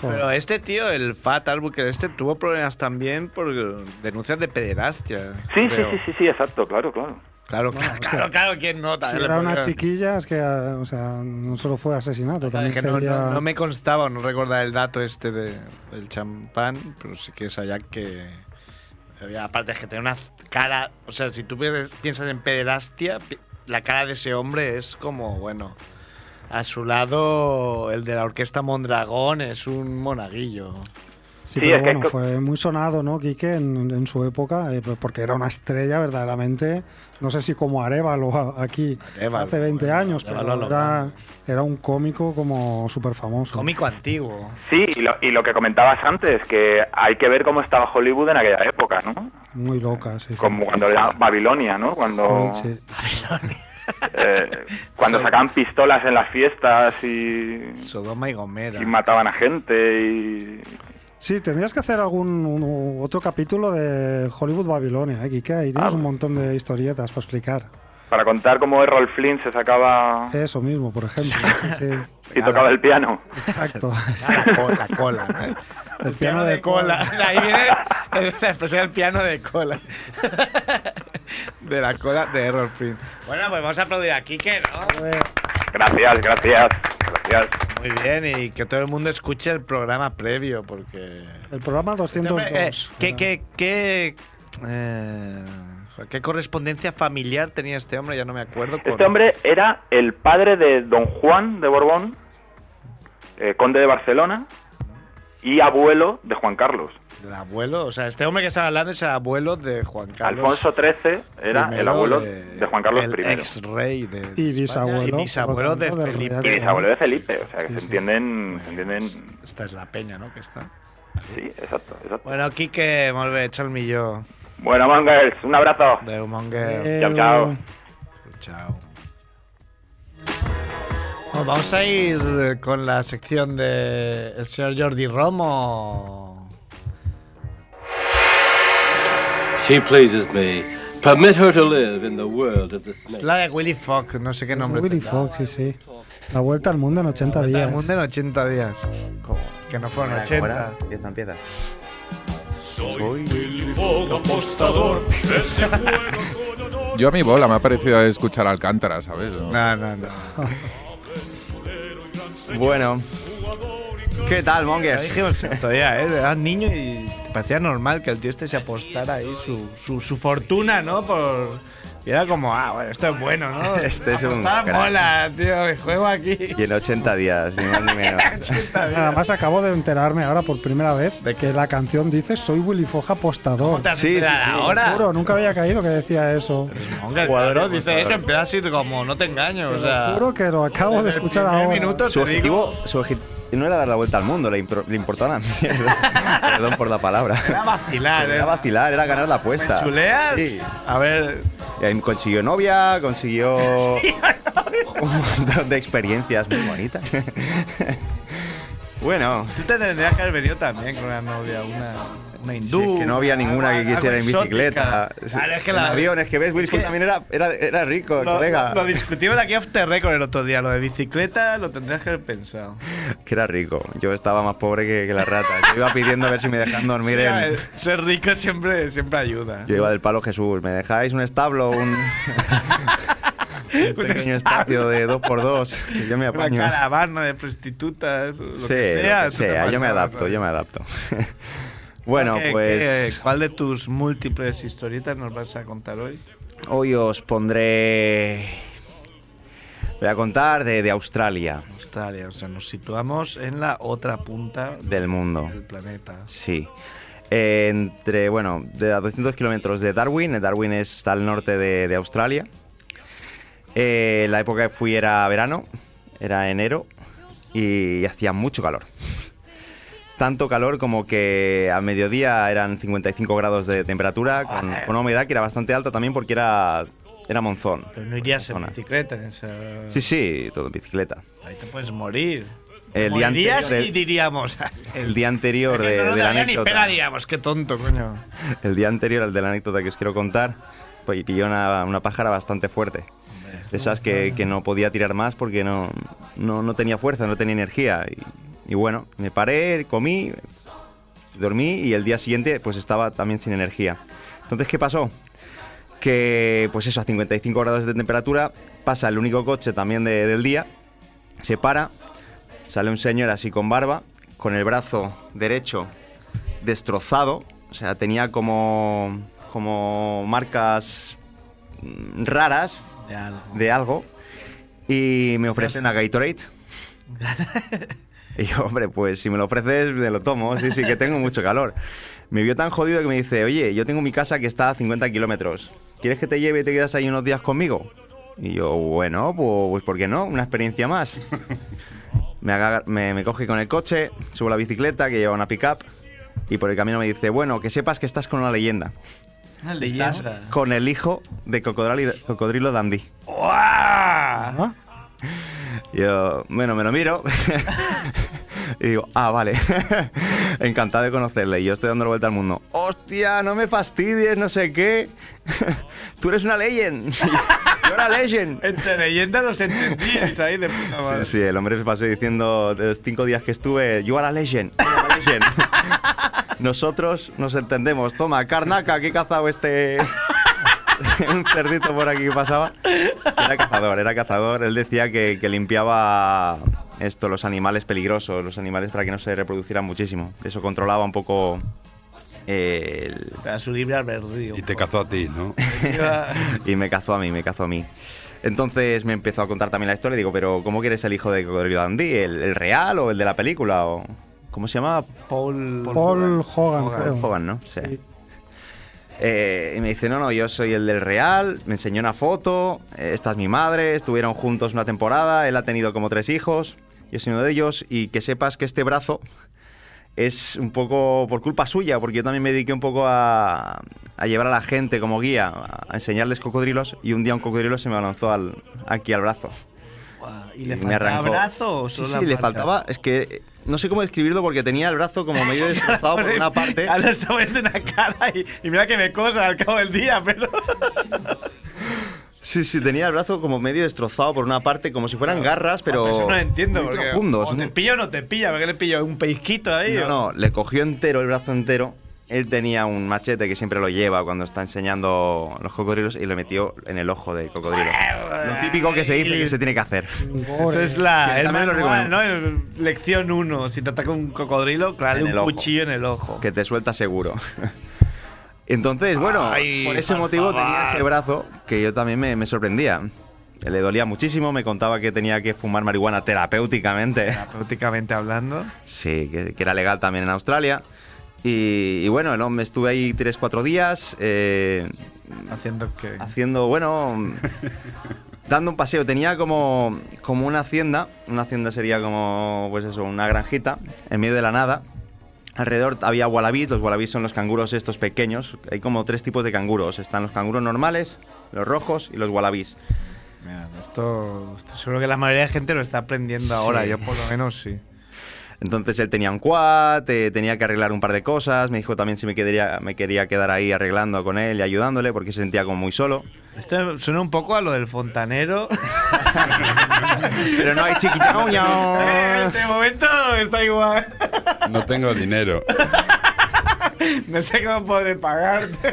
Speaker 2: Pero este tío, el Fat Albuquerque, este tuvo problemas también por denuncias de pederastia.
Speaker 8: Sí, sí,
Speaker 2: creo.
Speaker 8: sí, sí, sí, exacto, claro, claro.
Speaker 2: Claro, claro, claro, claro, ¿quién no?
Speaker 1: Si
Speaker 2: También le
Speaker 1: era una
Speaker 2: podrían-
Speaker 1: chiquilla, es que, o sea, no solo fue asesinato,
Speaker 2: Es
Speaker 1: también
Speaker 2: que Pues no,
Speaker 1: sería-
Speaker 2: no- no me constaba, o no recordaba el dato este de, del champán, pero sí que sabía que. Había, aparte es que tenía una cara. O sea, si tú piensas piensas en pederastia, pi- la cara de ese hombre es como, bueno. A su lado, el de la orquesta Mondragón es un monaguillo.
Speaker 1: Sí,
Speaker 8: Sí,
Speaker 1: pero
Speaker 8: es que
Speaker 1: bueno,
Speaker 8: co-
Speaker 1: fue muy sonado, ¿no, Quique, en, en su época? eh, porque era una estrella verdaderamente, no sé si como Arevalo a- aquí
Speaker 2: Arévalo,
Speaker 1: hace 20
Speaker 2: bueno,
Speaker 1: años,
Speaker 2: Arévalo
Speaker 1: pero
Speaker 2: lo
Speaker 1: era,
Speaker 2: grande.
Speaker 1: era un cómico como súper famoso.
Speaker 2: Cómico antiguo.
Speaker 8: Sí, y lo, y lo que comentabas antes, que hay que ver cómo estaba Hollywood en aquella época, ¿no?
Speaker 1: Muy loca, sí. sí.
Speaker 8: Como cuando era Babilonia, ¿no? Cuando,
Speaker 1: Sí, sí.
Speaker 8: eh, cuando
Speaker 2: Sí.
Speaker 8: sacaban pistolas en las fiestas y,
Speaker 2: Sodoma y Gomera.
Speaker 8: y mataban a gente y...
Speaker 1: Sí, tendrías que hacer algún un- otro capítulo de Hollywood Babilonia, ¿eh, Quique? Ahí tienes
Speaker 8: Ah,
Speaker 1: un montón de historietas para explicar.
Speaker 8: Para contar cómo Errol Flynn se sacaba
Speaker 1: Eso mismo, por ejemplo. Sí,
Speaker 8: y tocaba el piano.
Speaker 1: exacto.
Speaker 2: La cola, la cola. El piano de cola. Ahí viene el- la expresión del piano de cola. De la cola de Errol Flynn. Bueno, pues vamos a aplaudir a Kike, ¿no?
Speaker 8: Gracias, gracias, gracias.
Speaker 2: Muy bien, y que todo el mundo escuche el programa previo, porque...
Speaker 1: El programa 202.
Speaker 2: Eh, ¿Qué, qué, qué, eh, joder, qué correspondencia familiar tenía este hombre? Ya no me acuerdo. con-
Speaker 8: Este hombre era el padre de Don Juan de Borbón, eh, conde de Barcelona, y abuelo de Juan Carlos.
Speaker 2: El abuelo, o sea, este hombre que estaba hablando es el abuelo de Juan Carlos.
Speaker 8: Alfonso XIII era
Speaker 2: primero
Speaker 8: el abuelo
Speaker 2: de-
Speaker 8: de, Juan Carlos
Speaker 2: el
Speaker 8: I.
Speaker 2: Ex rey de.
Speaker 1: Y
Speaker 2: España
Speaker 1: bisabuelo,
Speaker 2: Y bisabuelo
Speaker 1: por
Speaker 2: de
Speaker 1: lo tanto, del
Speaker 2: Felipe.
Speaker 1: real.
Speaker 8: Y bisabuelo de Felipe, o sea que
Speaker 1: Sí,
Speaker 8: se
Speaker 1: sí.
Speaker 8: entienden, se entienden.
Speaker 2: Esta es la peña, ¿no? Que está.
Speaker 8: Sí, exacto, exacto.
Speaker 2: Bueno, Quique, molve, echa el millón
Speaker 8: Bueno, Mangers, un abrazo.
Speaker 2: de
Speaker 1: Eh,
Speaker 2: Humonger.
Speaker 8: Chao, chao.
Speaker 2: Chao. Bueno, vamos a ir eh, con la sección de el señor Jordi Romo.
Speaker 9: She pleases me. Permit her to live in the world of the snake.
Speaker 2: Es la de Willy Fox, no sé qué nombre.
Speaker 1: Willy
Speaker 2: tendrá.
Speaker 1: Fox, sí, sí. La vuelta al mundo en 80
Speaker 2: Vuelta al
Speaker 1: días.
Speaker 2: mundo en 80 días. Que no fueron 80.
Speaker 6: Empieza, empieza.
Speaker 4: Yo a mi bola me ha parecido escuchar Alcántara, ¿sabes? ¿No?
Speaker 2: No, no, no.
Speaker 6: Bueno. ¿Qué tal,
Speaker 2: Lo
Speaker 6: Mongers?
Speaker 2: dijimos el otro día, ¿eh? Era niño y parecía normal que el tío este se apostara ahí su, su, su fortuna, ¿no? Por... Y era como, ah, bueno, esto es bueno, ¿no?
Speaker 6: Este es un
Speaker 2: Apostar
Speaker 6: crack.
Speaker 2: mola, tío, me juego aquí.
Speaker 6: Y en 80 días, ni más ni menos.
Speaker 1: Nada más acabo de enterarme ahora por primera vez de que la canción dice Soy Willy Fox apostador.
Speaker 2: ¿Te has
Speaker 6: Sí, sí,
Speaker 2: enterado
Speaker 6: sí.
Speaker 2: ahora?
Speaker 1: Juro, nunca había caído que decía eso.
Speaker 2: Hombre, el cuadro dice eso, empieza así como, no te engaño, o sea...
Speaker 1: Juro que lo acabo de escuchar ahora.
Speaker 2: minutos
Speaker 6: Su objetivo, su obje- no era dar la vuelta al mundo, le, impro- le importaba la mierda. Perdón por la
Speaker 2: Era
Speaker 6: palabra.
Speaker 2: vacilar, ¿eh?
Speaker 6: Era vacilar, era ganar la apuesta.
Speaker 2: ¿Chuleas?
Speaker 6: Sí.
Speaker 2: A ver,
Speaker 6: Y ahí Consiguió novia, consiguió un montón de experiencias muy bonitas. bueno,
Speaker 2: tú te tendrías que haber venido también con una novia, una, una hindú.
Speaker 6: si es que no había ninguna
Speaker 2: algo-
Speaker 6: que quisiera
Speaker 2: algo
Speaker 6: en bicicleta.
Speaker 2: exótica. Claro, es que
Speaker 6: en
Speaker 2: la-
Speaker 6: aviones, que ves, Will
Speaker 2: es que-
Speaker 6: también era, era, era rico, el
Speaker 2: Lo,
Speaker 6: colega.
Speaker 2: lo discutimos aquí off the record el otro día. Lo de bicicleta lo tendrías que haber pensado.
Speaker 6: Que era rico. Yo estaba más pobre que, que la rata. Yo iba pidiendo a ver si me dejan dormir
Speaker 2: Sí, a
Speaker 6: en...
Speaker 2: ver, ser rico siempre, siempre ayuda.
Speaker 6: Yo iba del palo Jesús, ¿me dejáis un establo, un, un pequeño espacio de dos por dos? Que yo me
Speaker 2: Una
Speaker 6: apaño.
Speaker 2: caravana de prostitutas, lo
Speaker 6: Sí,
Speaker 2: que sea.
Speaker 6: lo que
Speaker 2: tú te
Speaker 6: sea, yo me
Speaker 2: mandas,
Speaker 6: adapto,
Speaker 2: ¿sabes?
Speaker 6: yo me adapto. bueno,
Speaker 2: ¿Qué-
Speaker 6: pues
Speaker 2: qué- ¿Cuál de tus múltiples historietas nos vas a contar hoy?
Speaker 6: hoy os pondré... Voy a contar de, de Australia,
Speaker 2: Australia, o sea, nos situamos en la otra punta
Speaker 6: del mundo.
Speaker 2: del planeta.
Speaker 6: Sí. Eh, entre, bueno, de a 200 kilómetros de Darwin. eh, Darwin está al norte de, de Australia. Eh, la época que fui era verano, era enero, y hacía mucho calor. Tanto calor como que a mediodía eran 55 grados de temperatura, con, con una humedad que era bastante alta también porque era, era monzón.
Speaker 2: Pero no irías en
Speaker 6: Zona.
Speaker 2: bicicleta en esa...
Speaker 6: Sí, sí, todo en bicicleta.
Speaker 2: Ahí te puedes morir.
Speaker 6: El día
Speaker 2: Morirías
Speaker 6: anterior
Speaker 2: y
Speaker 6: del-
Speaker 2: diríamos...
Speaker 6: El día anterior de,
Speaker 2: Eso no
Speaker 6: de la
Speaker 2: daría ni
Speaker 6: anécdota.
Speaker 2: pena, diríamos, qué tonto, coño.
Speaker 6: el día anterior al de la anécdota que os quiero contar, pues pilló una, una pájara bastante fuerte. De esas que, que no podía tirar más porque no, no, no tenía fuerza, no tenía energía. Y, y bueno, me paré, comí, dormí y el día siguiente pues estaba también sin energía. Entonces, ¿qué pasó? Que pues eso, a 55 grados de temperatura, pasa el único coche también de- del día, se para, sale un señor así con barba, con el brazo derecho destrozado, o sea, tenía como, como marcas mm, raras de algo y me ofrecen a Gatorade. Y yo, hombre, pues si me lo ofreces, me lo tomo. Sí, sí, que tengo mucho calor. Me vio tan jodido que me dice, oye, yo tengo mi casa que está a 50 kilómetros. ¿Quieres que te lleve y te quedas ahí unos días conmigo? Y yo, bueno, pues, pues ¿por qué no? Una experiencia más. Me, aga- me- me coge con el coche, subo la bicicleta que lleva una pickup y por el camino me dice, bueno, que sepas que estás con una leyenda.
Speaker 2: Una
Speaker 6: Estás con el hijo de Cocodrilo, Cocodrilo Dandy.
Speaker 1: ¿Ah?
Speaker 6: Yo, bueno, me lo miro. y digo, ah, vale. Encantado de conocerle. Y yo estoy dando la vuelta al mundo. ¡Hostia, no me fastidies, no sé qué! ¡Tú eres una leyenda! Yo era Legend.
Speaker 2: Entre leyendas los entendíais ahí de puta madre.
Speaker 6: Sí, sí, el hombre me pasó diciendo de los cinco días que estuve, yo era Legend. yo era legend". Nosotros nos entendemos. Toma, carnaca, que he cazado este... un cerdito por aquí que pasaba. Era cazador, era cazador. Él decía que, que limpiaba esto, los animales peligrosos, los animales para que no se reproducieran muchísimo. Eso controlaba un poco eh, el,
Speaker 2: Era su libre albedrío.
Speaker 5: Y te cazó a ti, ¿no?
Speaker 2: Iba-
Speaker 6: y me cazó a mí, me cazó a mí. Entonces me empezó a contar también la historia y digo, pero ¿cómo quieres el hijo de Cocodrilo Dandy? ¿El, el real o el de la película? O, ¿Cómo se llamaba? Paul...
Speaker 1: Paul Hogan,
Speaker 6: Hogan,
Speaker 1: creo.
Speaker 6: Hogan, ¿no? Sí.
Speaker 1: Sí.
Speaker 6: Eh, y me dice, no, no, yo soy el del Real, me enseñó una foto, eh, esta es mi madre, estuvieron juntos una temporada, él ha tenido como tres hijos, yo soy uno de ellos, y que sepas que este brazo es un poco por culpa suya, porque yo también me dediqué un poco a, a llevar a la gente como guía, a enseñarles cocodrilos, y un día un cocodrilo se me lanzó al, aquí al brazo.
Speaker 2: Guau, ¿Y le
Speaker 6: me
Speaker 2: faltaba
Speaker 6: arrancó.
Speaker 2: brazo o
Speaker 6: Sí,
Speaker 2: solo
Speaker 6: sí,
Speaker 2: la
Speaker 6: le
Speaker 2: pata?
Speaker 6: faltaba, es que eh, no sé cómo describirlo porque tenía el brazo como medio destrozado por una parte.
Speaker 2: Ahora está poniendo una cara y, y mira que me cosa al cabo del día, pero.
Speaker 6: Sí, sí, tenía el brazo como medio destrozado por una parte, como si fueran garras, pero.
Speaker 2: Ah, Eso no lo entiendo.
Speaker 6: muy
Speaker 2: porque
Speaker 6: profundos.
Speaker 2: O te
Speaker 6: muy-
Speaker 2: pilla o no te pilla, porque le pilla un pellizquito ahí.
Speaker 6: No,
Speaker 2: o-
Speaker 6: no, le cogió entero el brazo entero. Él tenía un machete que siempre lo lleva cuando está enseñando los cocodrilos y le metió en el ojo del cocodrilo. Lo típico que se dice que se tiene que hacer.
Speaker 2: Eso
Speaker 1: Pobre.
Speaker 2: es la
Speaker 6: Que
Speaker 2: el
Speaker 6: también lo
Speaker 2: manual,
Speaker 6: recomiendo.
Speaker 2: ¿no? El- lección 1. Si te ataca un cocodrilo, claro,
Speaker 6: En
Speaker 2: un
Speaker 6: el ojo.
Speaker 2: cuchillo en el ojo.
Speaker 6: Que te suelta seguro. Entonces, bueno,
Speaker 2: Ay,
Speaker 6: por ese
Speaker 2: por
Speaker 6: motivo
Speaker 2: favor.
Speaker 6: tenía ese brazo que yo también me, me sorprendía. Le dolía muchísimo, me contaba que tenía que fumar marihuana terapéuticamente.
Speaker 2: Prácticamente hablando.
Speaker 6: Sí, que, que era legal también en Australia. Y, y bueno, no, me estuve ahí 3-4 días eh,
Speaker 2: Haciendo que.
Speaker 6: haciendo, bueno, dando un paseo. Tenía como, como una hacienda, una hacienda sería como, pues eso, una granjita en medio de la nada. Alrededor había wallabies, los wallabies son los canguros estos pequeños. Hay como tres tipos de canguros. Están los canguros normales, los rojos y los wallabies.
Speaker 2: Mira, esto, esto seguro que la mayoría de gente lo está aprendiendo ahora. Yo por lo menos sí.
Speaker 6: Entonces él tenía un quad, eh, tenía que arreglar un par de cosas, me dijo también si me, quedaría, me quería quedar ahí arreglando con él y ayudándole porque se sentía como muy solo.
Speaker 2: Esto suena un poco a lo del fontanero.
Speaker 6: Pero no hay chiquitauña.
Speaker 2: Eh, de momento está igual.
Speaker 5: No tengo dinero.
Speaker 2: No sé cómo podré pagarte.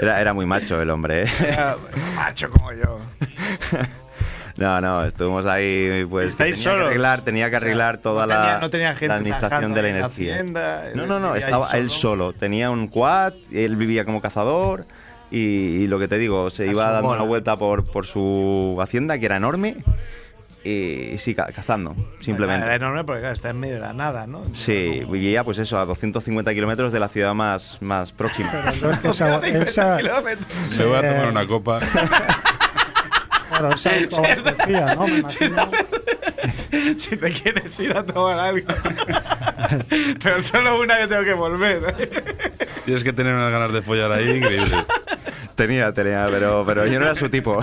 Speaker 6: Era, era muy macho el hombre. ¿eh?
Speaker 2: Macho como yo.
Speaker 6: No, no, estuvimos ahí pues... que
Speaker 2: Estáis
Speaker 6: tenía que
Speaker 2: solos.
Speaker 6: arreglar, tenía que
Speaker 2: O sea,
Speaker 6: arreglar toda
Speaker 2: no tenía-
Speaker 6: la,
Speaker 2: no tenía gente
Speaker 6: la administración
Speaker 2: trabajando
Speaker 6: de la
Speaker 2: en la
Speaker 6: energía.
Speaker 2: hacienda,
Speaker 6: no, no, no,
Speaker 2: Eh, vivía
Speaker 6: estaba
Speaker 2: ahí
Speaker 6: él
Speaker 2: solo.
Speaker 6: solo. Tenía un quad, él vivía como cazador y, y lo que te digo, se
Speaker 2: A
Speaker 6: iba
Speaker 2: su
Speaker 6: dando
Speaker 2: bola.
Speaker 6: una vuelta por, por su hacienda que era enorme y, y sí, ca- cazando, simplemente.
Speaker 2: Era enorme porque claro, está en medio de la nada, ¿no?
Speaker 6: Sí, vivía pues eso, a 250 kilómetros de la ciudad más, más próxima.
Speaker 1: O sea, él se,
Speaker 5: Se
Speaker 1: Eh.
Speaker 5: va a tomar una copa.
Speaker 1: claro, se autoabastecía, ¿no? Me imagino.
Speaker 2: Si te quieres ir a tomar algo. Pero solo una que tengo que volver.
Speaker 5: Tienes que tener unas ganas de follar ahí increíbles.
Speaker 6: Tenía, tenía, pero, pero yo no era su tipo.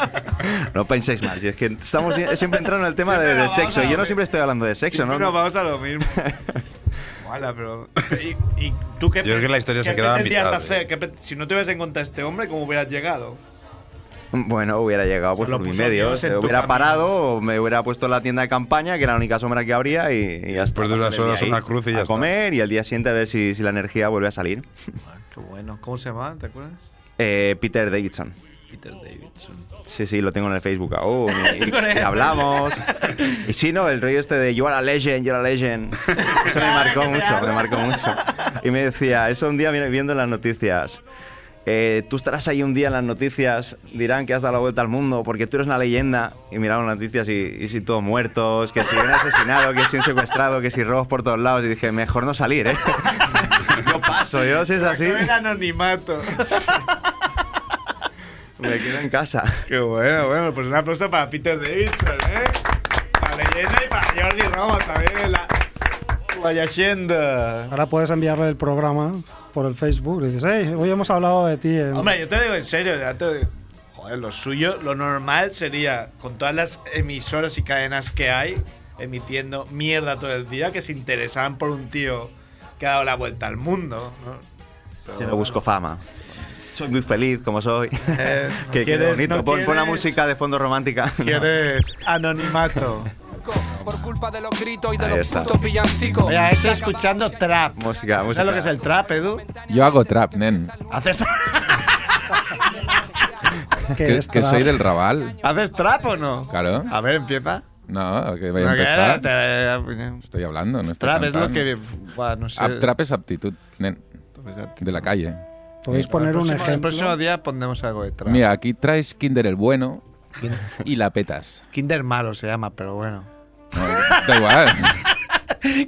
Speaker 6: no penséis mal, si es que estamos sie- siempre entrando en el tema
Speaker 2: Siempre
Speaker 6: de, de
Speaker 2: nos vamos
Speaker 6: sexo.
Speaker 2: a
Speaker 6: Yo no
Speaker 2: ver.
Speaker 6: siempre estoy hablando de sexo,
Speaker 2: Siempre
Speaker 6: ¿no?
Speaker 2: nos vamos a lo mismo. Wala, pero. ¿Y, y tú qué
Speaker 5: Yo creo que la historia
Speaker 2: qué
Speaker 5: se quedaba a
Speaker 2: pretendías
Speaker 5: mitad,
Speaker 2: hacer?
Speaker 5: eh.
Speaker 2: ¿Qué pre- si no te hubieras encontrado a este hombre, ¿cómo hubieras llegado?
Speaker 6: Bueno, hubiera llegado pues,
Speaker 2: lo
Speaker 6: por mi
Speaker 2: puso
Speaker 6: medio.
Speaker 2: Dios en
Speaker 6: eh,
Speaker 2: tu
Speaker 6: Hubiera
Speaker 2: camino.
Speaker 6: parado, me hubiera puesto en la tienda de campaña, que era la única sombra que habría, y, y ya
Speaker 5: Después de
Speaker 6: está,
Speaker 5: unas
Speaker 6: pasar el
Speaker 5: horas
Speaker 6: día ahí
Speaker 5: una cruz y ya
Speaker 6: A
Speaker 5: está.
Speaker 6: comer y al día siguiente a ver si, si la energía vuelve a salir.
Speaker 2: Qué bueno. ¿Cómo se llama? ¿Te acuerdas?
Speaker 6: Eh, Peter Davidson.
Speaker 2: Peter Davidson.
Speaker 6: Sí, sí, lo tengo en el Facebook aún. Y, y hablamos. Y sí, no, el rollo este de You are a legend, you are a legend. Eso me marcó mucho, me marcó mucho. Y me decía, eso un día mira, viendo las noticias. eh, tú estarás ahí un día en las noticias, dirán que has dado la vuelta al mundo porque tú eres una leyenda. Y miraron las noticias y, y si todos muertos, que si un asesinado, que si un secuestrado, que si robos por todos lados. Y dije, mejor no salir, ¿eh? yo paso, yo si es así,
Speaker 2: el anonimato.
Speaker 6: me quedo en casa.
Speaker 2: Qué bueno, bueno, pues un aplauso para Peter Davidson, ¿eh? La leyenda y para Jordi Roma también en la. Vaya Hacienda.
Speaker 1: Ahora puedes enviarle el programa por el Facebook. y dices, hey, hoy hemos hablado de ti. en-
Speaker 2: Hombre, yo te digo en serio, ya te- Joder, lo suyo, lo normal sería, con todas las emisoras y cadenas que hay, emitiendo mierda todo el día, que se interesaban por un tío que ha dado la vuelta al mundo, ¿no?
Speaker 6: Yo no busco fama. Soy muy feliz como soy.
Speaker 2: Eh, no
Speaker 6: que, que
Speaker 2: quieres,
Speaker 6: bonito.
Speaker 2: no
Speaker 6: pon, pon la
Speaker 2: quieres.
Speaker 6: música de fondo romántica. No.
Speaker 2: ¿Quieres anonimato?
Speaker 10: Por culpa de los gritos y de
Speaker 6: Ahí
Speaker 10: los
Speaker 6: está.
Speaker 10: putos villancicos.
Speaker 2: Mira, estoy escuchando trap.
Speaker 6: Música, música.
Speaker 2: ¿Sabes lo que es el trap, Edu?
Speaker 4: Yo hago trap, nen.
Speaker 2: ¿Haces,
Speaker 4: Que, que
Speaker 1: extra.
Speaker 4: soy del Raval.
Speaker 2: ¿Haces trap o no?
Speaker 4: Claro.
Speaker 2: A ver, empieza.
Speaker 4: No, que voy a
Speaker 2: No, que
Speaker 4: empezar.
Speaker 2: ahora te- eh,
Speaker 4: Estoy hablando, no estoy
Speaker 2: Trap es lo
Speaker 4: cantando.
Speaker 2: que. buah, no sé.
Speaker 4: Ap- Trap es aptitud, nen.
Speaker 2: Pues ya te-
Speaker 4: De la calle. Eh,
Speaker 1: Podéis poner
Speaker 2: el
Speaker 1: un
Speaker 2: próximo, El
Speaker 1: ejemplo.
Speaker 2: próximo día pondremos algo de trap.
Speaker 4: Mira, aquí traes Kinder el bueno y la petas.
Speaker 2: Kinder malo se llama, pero bueno.
Speaker 4: No, da igual.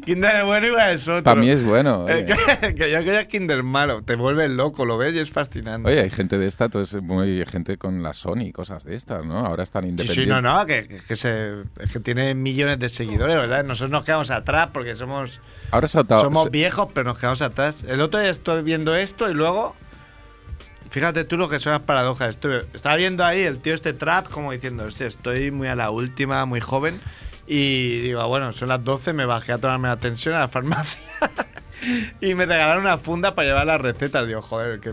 Speaker 2: Kinder bueno igual es otro.
Speaker 4: Para mí es bueno.
Speaker 2: Eh,
Speaker 4: Oye.
Speaker 2: que, que yo quería Kinder malo. Te vuelve loco, lo ves y es fascinante.
Speaker 4: Oye, hay gente de esta, entonces, muy gente con la Sony, cosas de estas, ¿no? Ahora están
Speaker 2: Sí,
Speaker 4: independientes.
Speaker 2: sí, no, no, que, que, se, es que tiene millones de seguidores, ¿verdad? Nosotros nos quedamos atrás porque somos,
Speaker 4: Ahora se ha dado-
Speaker 2: somos
Speaker 4: se-
Speaker 2: viejos, pero nos quedamos atrás. El otro día estoy viendo esto y luego, fíjate tú lo que son las paradojas. Estuve- estaba viendo ahí el tío este trap como diciendo, "Hostia, estoy muy a la última, muy joven. Y digo, "Ah, bueno, son las 12, me bajé a tomarme la tensión a la farmacia. y me regalaron una funda para llevar las recetas. Digo, joder, que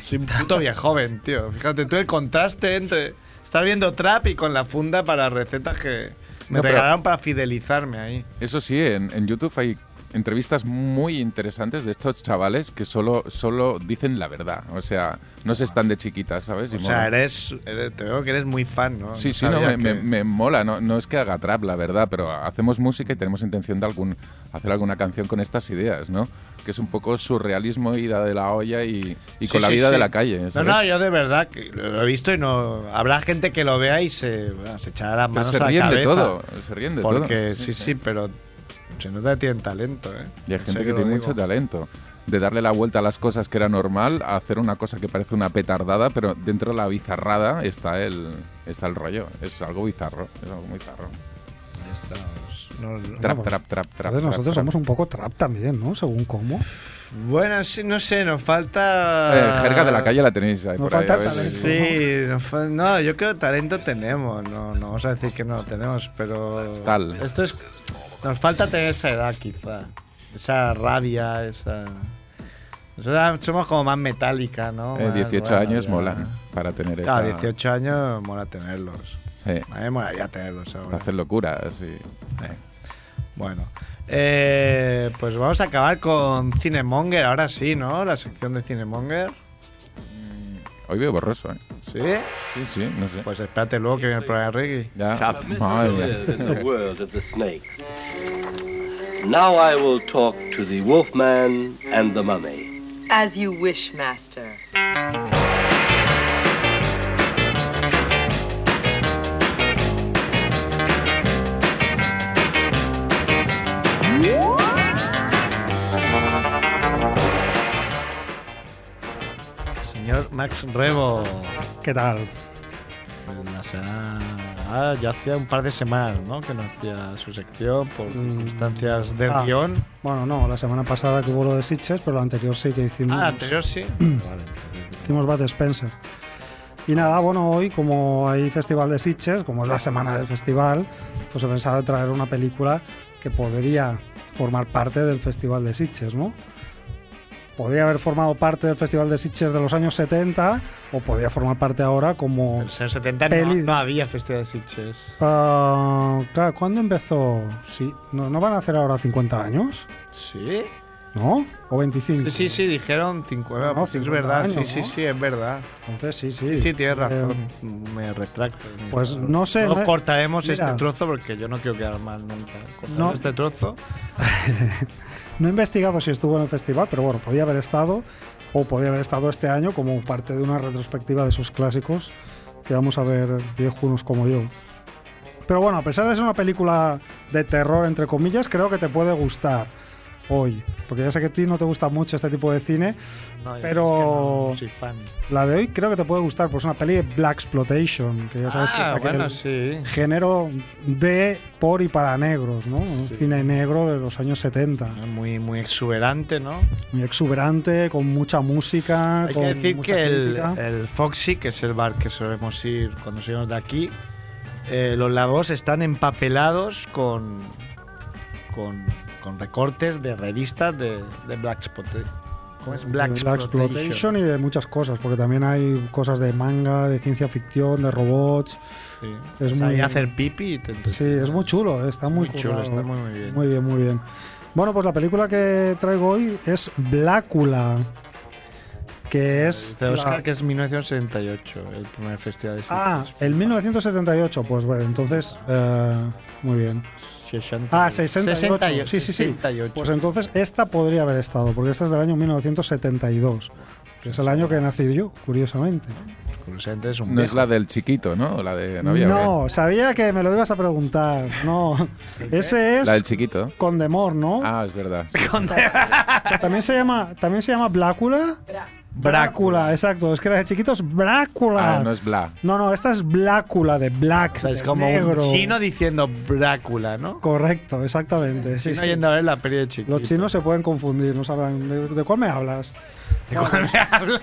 Speaker 2: soy un puto viejo joven, tío. Fíjate tú el contraste entre estar viendo trap y con la funda para recetas que me
Speaker 4: No, pero-
Speaker 2: regalaron para fidelizarme ahí.
Speaker 4: Eso sí, en, en YouTube hay entrevistas muy interesantes de estos chavales que solo, solo dicen la verdad. O sea, no se están de chiquitas, ¿sabes? Y
Speaker 2: O sea,
Speaker 4: mola.
Speaker 2: eres, eres- te veo que eres muy fan, ¿no?
Speaker 4: Sí,
Speaker 2: No
Speaker 4: sí, no,
Speaker 2: sabía
Speaker 4: me, me-
Speaker 2: que-
Speaker 4: me mola. No, no es que haga trap, la verdad, pero hacemos música y tenemos intención de algún, hacer alguna canción con estas ideas, ¿no? Que es un poco surrealismo, ida de la olla y, y
Speaker 2: Sí,
Speaker 4: con la
Speaker 2: sí,
Speaker 4: vida
Speaker 2: sí.
Speaker 4: de la calle. ¿sabes?
Speaker 2: No, no, yo de verdad que lo he visto y no. Habrá gente que lo vea y se, bueno, se echará las
Speaker 4: Pero
Speaker 2: manos
Speaker 4: se
Speaker 2: a la
Speaker 4: ríen de
Speaker 2: cabeza.
Speaker 4: todo, se ríen de todo.
Speaker 2: porque sí, sí, pero se nota que tienen talento, ¿eh?
Speaker 4: Y hay
Speaker 2: En
Speaker 4: gente
Speaker 2: serio
Speaker 4: que
Speaker 2: lo
Speaker 4: tiene
Speaker 2: digo.
Speaker 4: mucho talento. De darle la vuelta a las cosas que era normal, a hacer una cosa que parece una petardada, pero dentro de la bizarrada está el, está el rollo. Es algo bizarro, es algo muy bizarro.
Speaker 2: Ya está, pues, no- no-
Speaker 4: Trap,
Speaker 1: pues,
Speaker 4: trap, trap, trap.
Speaker 1: Entonces nosotros
Speaker 4: trap,
Speaker 1: somos un poco trap también, ¿no? Según cómo.
Speaker 2: Bueno, sí, no sé, nos
Speaker 4: trap.
Speaker 2: falta.
Speaker 4: Eh, jerga de la calle la tenéis ahí
Speaker 1: No
Speaker 4: por ahí.
Speaker 1: falta
Speaker 4: a Eh, veces.
Speaker 1: talento.
Speaker 2: Sí, nos fal- no, yo creo que talento tenemos, no, no vamos a decir que no lo tenemos, pero...
Speaker 4: Tal.
Speaker 2: Esto es... Nos falta tener esa edad quizá, esa rabia, esa... Nosotros somos como más metálica, ¿no?
Speaker 4: Eh,
Speaker 2: Más,
Speaker 4: 18
Speaker 2: bueno,
Speaker 4: años
Speaker 2: ya.
Speaker 4: molan para tener esa...
Speaker 2: Claro, 18 años mola tenerlos.
Speaker 4: Sí,
Speaker 2: A mí me molaría tenerlos ahora.
Speaker 4: para hacer locuras y...
Speaker 2: Bueno, eh, pues vamos a acabar con Cinemonger, ahora sí, ¿no? La sección de Cinemonger.
Speaker 4: Hoy veo borroso, ¿eh?
Speaker 2: ¿Sí?
Speaker 4: Sí, sí, no sé.
Speaker 2: Pues espérate luego que viene el programa de Ricky.
Speaker 4: Ya,
Speaker 9: Permit her
Speaker 4: madre
Speaker 9: to
Speaker 4: mía.
Speaker 9: live in the world of the snakes. Now I will talk to the wolfman and the mummy.
Speaker 11: As you wish, master.
Speaker 2: Señor Max Rebo.
Speaker 1: ¿Qué tal?
Speaker 2: La semana- Ah, ya hacía un par de semanas, ¿no? Que no hacía su sección por circunstancias de
Speaker 1: Ah.
Speaker 2: guión.
Speaker 1: Bueno, no, la semana pasada que hubo lo de Sitches, pero la anterior sí que hicimos.
Speaker 2: Ah, la anterior sí. vale.
Speaker 1: Hicimos Bad Spencer. Y nada, bueno, hoy como hay festival de Sitges, como es la semana del festival, pues he pensado traer una película que podría formar parte del festival de Sitges, ¿no? Podría haber formado parte del festival de Sitges de los años 70 o podría formar parte ahora como...
Speaker 2: En los años 70 no,
Speaker 1: Peli-
Speaker 2: no había festival de Sitges.
Speaker 1: Ah, claro, ¿cuándo empezó? Sí, no, ¿no van a hacer ahora 50 años?
Speaker 2: ¿Sí?
Speaker 1: ¿No? ¿O 25?
Speaker 2: Sí, sí, sí, dijeron 50.
Speaker 1: No,
Speaker 2: pues es
Speaker 1: 50
Speaker 2: verdad,
Speaker 1: años,
Speaker 2: sí,
Speaker 1: ¿no?
Speaker 2: sí, sí, es verdad.
Speaker 1: Entonces sí, sí.
Speaker 2: Sí, sí, tienes razón.
Speaker 1: Eh,
Speaker 2: Me retracto. mira.
Speaker 1: pues no sé,
Speaker 2: No
Speaker 1: no-
Speaker 2: cortaremos
Speaker 1: mira.
Speaker 2: este trozo porque yo no quiero quedar mal nunca. Cortamos
Speaker 1: No.
Speaker 2: este trozo.
Speaker 1: No he investigado si estuvo en el festival, pero bueno, podía haber estado o podía haber estado este año como parte de una retrospectiva de esos clásicos que vamos a ver viejunos como yo. Pero bueno, a pesar de ser una película de terror, entre comillas, creo que te puede gustar hoy. Porque ya sé que a ti no te gusta mucho este tipo de cine.
Speaker 2: No, yo
Speaker 1: Pero-
Speaker 2: es que no soy fan.
Speaker 1: La de hoy creo que te puede gustar, pues es una peli de Black Exploitation, que ya sabes que es
Speaker 2: ah,
Speaker 1: aquel
Speaker 2: bueno, sí.
Speaker 1: género de por y para negros, ¿no? Un cine negro de los años 70.
Speaker 2: Muy, muy exuberante, ¿no?
Speaker 1: muy exuberante, con mucha música.
Speaker 2: Hay
Speaker 1: Ah, con
Speaker 2: que decir
Speaker 1: mucha
Speaker 2: que el, eh,
Speaker 1: crítica.
Speaker 2: el Foxy, que es el bar que solemos ir cuando salimos de aquí, eh, los lavabos están empapelados con, con, con recortes de revistas de, de Black Spot. ¿Cómo es?
Speaker 1: de
Speaker 2: Black,
Speaker 1: la
Speaker 2: Exploitation.
Speaker 1: exploitation y de muchas cosas, porque también hay cosas de manga, de ciencia ficción, de robots.
Speaker 2: Sí.
Speaker 1: Es
Speaker 2: O sea,
Speaker 1: muy-
Speaker 2: y hacer pipi. y te- te-
Speaker 1: Sí, es muy chulo, eh, está muy,
Speaker 2: Muy chulo,
Speaker 1: currado.
Speaker 2: está muy, muy bien.
Speaker 1: Muy bien, muy bien. Bueno, pues la película que traigo hoy es Blácula, que es...
Speaker 2: Dice Oscar
Speaker 1: la-
Speaker 2: que es 1968, el primer festival de
Speaker 1: Ah, el 1978, pues bueno, entonces... eh, muy bien. Ah, 68.
Speaker 2: 68,
Speaker 1: sí, sí, sí.
Speaker 2: 68.
Speaker 1: Pues entonces esta podría haber estado, porque esta es del año 1972, que es el año que nací yo, curiosamente.
Speaker 2: Curiosamente es un
Speaker 4: No es
Speaker 2: viejo.
Speaker 4: la del chiquito, ¿no? La de no había. ¿o
Speaker 1: No, sabía que me lo ibas a preguntar. No, ese
Speaker 4: qué? La del
Speaker 1: es
Speaker 4: chiquito.
Speaker 1: Condemor, ¿no?
Speaker 4: Ah, es verdad. sí.
Speaker 1: Que También se llama, también se llama Blácula. Brácula, exacto. Es que la de chiquitos Brácula.
Speaker 4: Ah, no es Bla.
Speaker 1: no, no, esta es Blácula de Black.
Speaker 2: O sea, es
Speaker 1: de
Speaker 2: como
Speaker 1: negro.
Speaker 2: un chino diciendo Brácula, ¿no?
Speaker 1: Correcto, exactamente. sí,
Speaker 2: chino
Speaker 1: sí.
Speaker 2: yendo a ver la peli de chiquito.
Speaker 1: Los chinos se pueden confundir, no sabrán. ¿De, de cuál me hablas?
Speaker 2: ¿De cuál me hablas?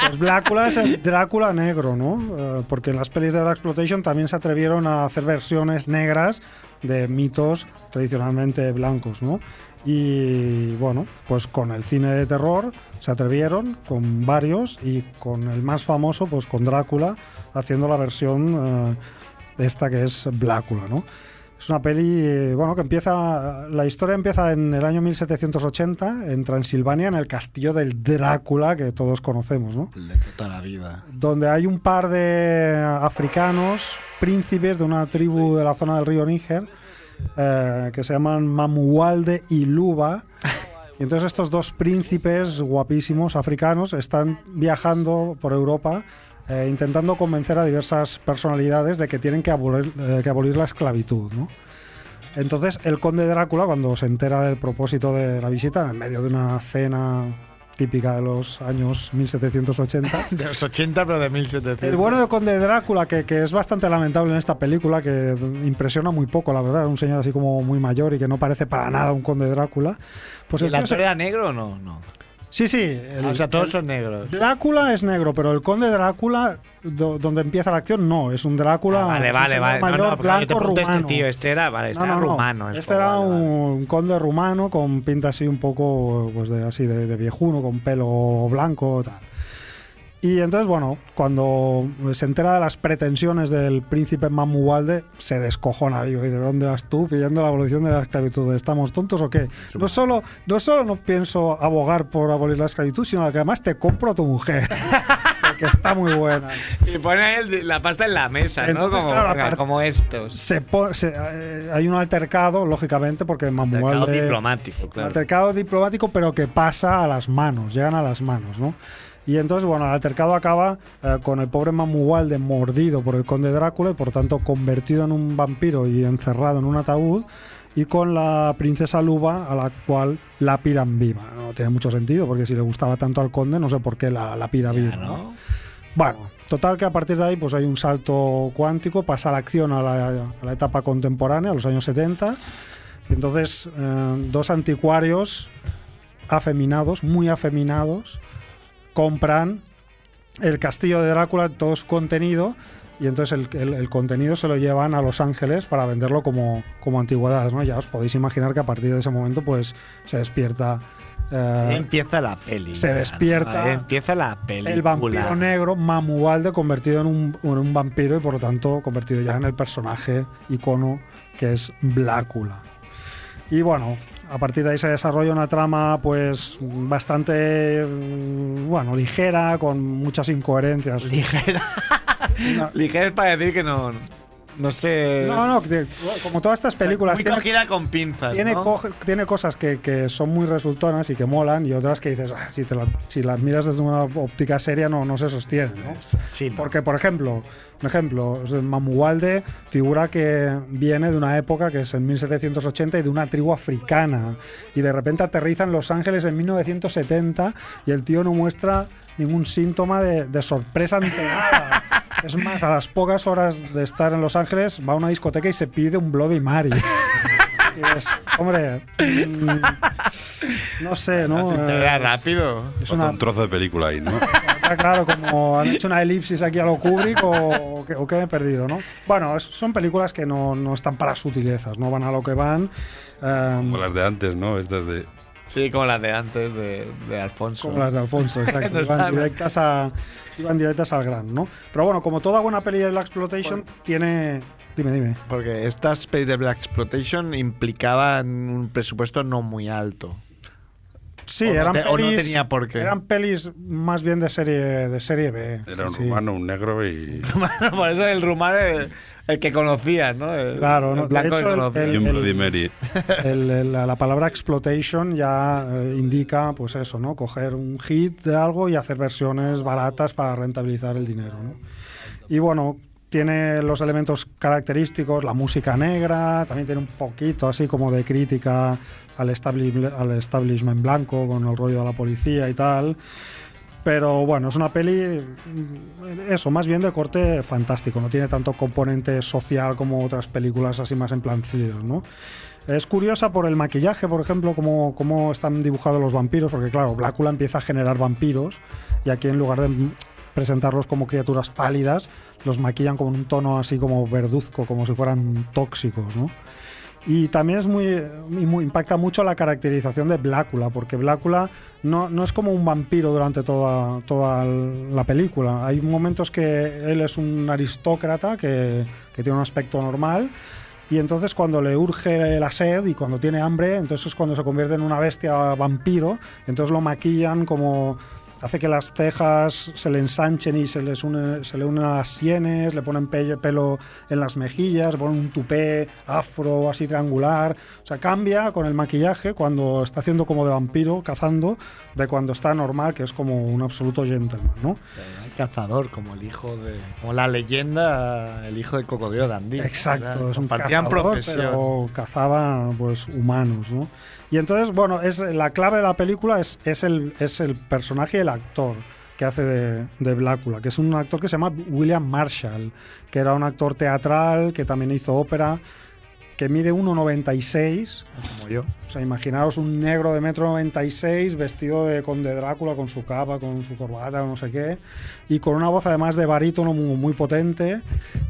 Speaker 1: Pues Blácula es el Drácula negro, ¿no? Eh, porque en las pelis de Black Exploitation también se atrevieron a hacer versiones negras de mitos tradicionalmente blancos, ¿no? Y bueno, pues con el cine de terror se atrevieron con varios y con el más famoso, pues con Drácula, haciendo la versión eh, esta que es Blácula, ¿no? Es una peli, eh, bueno, que empieza, la historia empieza en el año 1780 en Transilvania, en el castillo del Drácula que todos conocemos, ¿no?
Speaker 2: De toda la vida.
Speaker 1: donde hay un par de africanos, príncipes de una tribu de la zona del río Níger, eh, que se llaman Mamuwalde y Luba. Y entonces estos dos príncipes guapísimos africanos están viajando por Europa eh, intentando convencer a diversas personalidades de que tienen que abolir, eh, que abolir la esclavitud, ¿no? Entonces el conde Drácula, cuando se entera del propósito de la visita, en medio de una cena típica de los años 1780,
Speaker 2: De los 80, pero de 1700.
Speaker 1: el bueno de Conde Drácula, que, que es bastante lamentable en esta película, que impresiona muy poco, la verdad, un señor así como muy mayor y que no parece para nada un Conde Drácula. Pues el
Speaker 2: ¿El
Speaker 1: tío se-
Speaker 2: actor era negro o no? no.
Speaker 1: Sí, sí. el-
Speaker 2: Ah, o sea, todos
Speaker 1: el-
Speaker 2: son negros.
Speaker 1: Drácula es negro, pero el Conde Drácula, do- donde empieza la acción, no, es un Drácula.
Speaker 2: Ah, vale,
Speaker 1: es un
Speaker 2: vale,
Speaker 1: señor
Speaker 2: vale.
Speaker 1: Mayor,
Speaker 2: no, no, porque yo te
Speaker 1: blanco,
Speaker 2: pregunto este
Speaker 1: rumano.
Speaker 2: tío, este era, vale,
Speaker 1: No,
Speaker 2: este era
Speaker 1: no, no.
Speaker 2: rumano. es
Speaker 1: Este
Speaker 2: como,
Speaker 1: era
Speaker 2: vale, vale.
Speaker 1: un conde rumano con pinta así un poco pues de, así de, de viejuno, con pelo blanco tal. Y entonces, bueno, cuando se entera de las pretensiones del príncipe Mamuwalde, se descojona. Digo, ¿y de dónde vas tú pidiendo la abolición de la esclavitud? ¿Estamos tontos o qué? No solo, no solo no pienso abogar por abolir la esclavitud, sino que además te compro a tu mujer. que está muy buena.
Speaker 2: Y pone ahí el- la pasta en la mesa, ¿no?
Speaker 1: Entonces,
Speaker 2: Como,
Speaker 1: claro,
Speaker 2: venga,
Speaker 1: aparte-
Speaker 2: como estos.
Speaker 1: Se po- se- eh, hay un altercado, lógicamente, porque Mamualde...
Speaker 2: Mercado diplomático,
Speaker 1: Un
Speaker 2: claro.
Speaker 1: altercado diplomático, pero que pasa a las manos, llegan a las manos, ¿no? Y entonces, bueno, el altercado acaba eh, con el pobre Mamuwalde mordido por el conde Drácula y por tanto convertido en un vampiro y encerrado en un ataúd, y con la princesa Luba, a la cual lapidan viva. No tiene mucho sentido, porque si le gustaba tanto al conde, no sé por qué la lapida viva. ¿no? Bueno, total que a partir de ahí pues hay un salto cuántico, pasa la acción a la, a la etapa contemporánea, a los años 70. Y entonces, eh, dos anticuarios afeminados, muy afeminados, compran el castillo de Drácula, todo su contenido, y entonces el, el- el contenido se lo llevan a Los Ángeles para venderlo como, como antigüedades, ¿no? Ya os podéis imaginar que a partir de ese momento pues se despierta... eh,
Speaker 2: Ahí empieza la peli.
Speaker 1: se
Speaker 2: ya, ¿no?
Speaker 1: despierta
Speaker 2: Ahí empieza la peli.
Speaker 1: el vampiro negro, Mamualde, convertido en un, en un vampiro y por lo tanto convertido ya en el personaje icono que es Blácula. Y bueno, a partir de ahí se desarrolla una trama pues bastante, mm, bueno, ligera, con muchas incoherencias.
Speaker 2: Ligera.
Speaker 1: No.
Speaker 2: Ligera es para decir que no. No sé.
Speaker 1: No, no, que- como todas estas películas...
Speaker 2: Muy
Speaker 1: tiene-
Speaker 2: cogida con pinzas.
Speaker 1: Tiene,
Speaker 2: ¿no?
Speaker 1: coge- tiene cosas que, que son muy resultonas y que molan y otras que dices, "Ah, si, te la- si las miras desde una óptica seria no, no se sostiene. ¿no?
Speaker 2: Sí, no.
Speaker 1: Porque, por ejemplo, un ejemplo, o sea, Mamuwalde figura que viene de una época que es en 1780 y de una tribu africana. Y de repente aterriza en Los Ángeles en 1970 y el tío no muestra ningún síntoma de, de sorpresa ante nada. Es más, a las pocas horas de estar en Los Ángeles va a una discoteca y se pide un Bloody Mary. Y es, hombre, mm, no sé, ¿no?
Speaker 2: Se te vea
Speaker 1: Eh,
Speaker 2: rápido.
Speaker 1: es
Speaker 5: Falta
Speaker 1: una,
Speaker 5: un trozo de película ahí, ¿no?
Speaker 1: Está claro, como han hecho una elipsis aquí a lo Kubrick o, o que, o que me he perdido, ¿no? Bueno, es- son películas que no, no están para sutilezas, no van a lo que van. Em,
Speaker 5: Como las de antes, ¿no? Estas de
Speaker 12: Sí, como las de antes de, de Alfonso.
Speaker 1: Como las de Alfonso, exacto.
Speaker 12: Nos
Speaker 1: iban,
Speaker 12: daban-
Speaker 1: directas a, iban directas al gran, ¿no? Pero bueno, como toda buena peli de Black Exploitation, tiene. Dime, dime.
Speaker 12: Porque estas pelis de Black Exploitation implicaban un presupuesto no muy alto.
Speaker 1: Sí,
Speaker 12: O no
Speaker 1: eran
Speaker 12: te-
Speaker 1: pelis.
Speaker 12: o no tenía por qué.
Speaker 1: Eran pelis más bien de serie, de serie B.
Speaker 5: Era un
Speaker 1: sí.
Speaker 5: rumano, un negro y.
Speaker 12: Por eso el rumano el, el que conocías, ¿no? El-
Speaker 1: Claro,
Speaker 12: el
Speaker 1: no, de
Speaker 12: blanco
Speaker 1: hecho,
Speaker 12: que
Speaker 1: el-
Speaker 12: conocías.
Speaker 1: el- Y un Bloody el-
Speaker 5: Mary.
Speaker 1: El- el- la, la palabra exploitation ya eh, indica, pues eso, ¿no? Coger un hit de algo y hacer versiones baratas para rentabilizar el dinero, ¿no? Y bueno, tiene los elementos característicos, la música negra, también tiene un poquito así como de crítica al, establi- al establishment blanco con el rollo de la policía y tal. Pero bueno, es una peli, mm, eso, más bien de corte fantástico. No tiene tanto componente social como otras películas así más en plan thriller, ¿no? Es curiosa por el maquillaje, por ejemplo, cómo, cómo están dibujados los vampiros, porque claro, Blácula empieza a generar vampiros y aquí en lugar de mm, presentarlos como criaturas pálidas, los maquillan con un tono así como verduzco, como si fueran tóxicos, ¿no? Y también es muy, y muy- impacta mucho la caracterización de Blácula, porque Blácula no, no es como un vampiro durante toda, toda el- la película. Hay momentos que él es un aristócrata que, que tiene un aspecto normal. Y entonces cuando le urge la sed y cuando tiene hambre, entonces es cuando se convierte en una bestia vampiro. Entonces lo maquillan como hace que las cejas se le ensanchen y se, les une- se le unen a las sienes, le ponen pe- pelo en las mejillas, le ponen un tupé afro así triangular. O sea, cambia con el maquillaje cuando está haciendo como de vampiro, cazando, de cuando está normal, que es como un absoluto gentleman, ¿no?
Speaker 12: Cazador, como el hijo de. Como la leyenda, el hijo de Cocodrilo Dandy.
Speaker 1: Exacto, es un
Speaker 12: Compartían
Speaker 1: cazador,
Speaker 12: profesión.
Speaker 1: pero cazaba pues humanos, ¿no? Y entonces, bueno, es la clave de la película es, es el, es el personaje y el actor que hace de, de Blácula, que es un actor que se llama William Marshall, que era un actor teatral, que también hizo ópera, que mide 1,96,
Speaker 12: Como yo.
Speaker 1: o sea, imaginaos un negro de metro 96 vestido de conde Drácula con su capa, con su corbata, no sé qué, y con una voz además de barítono muy, muy potente.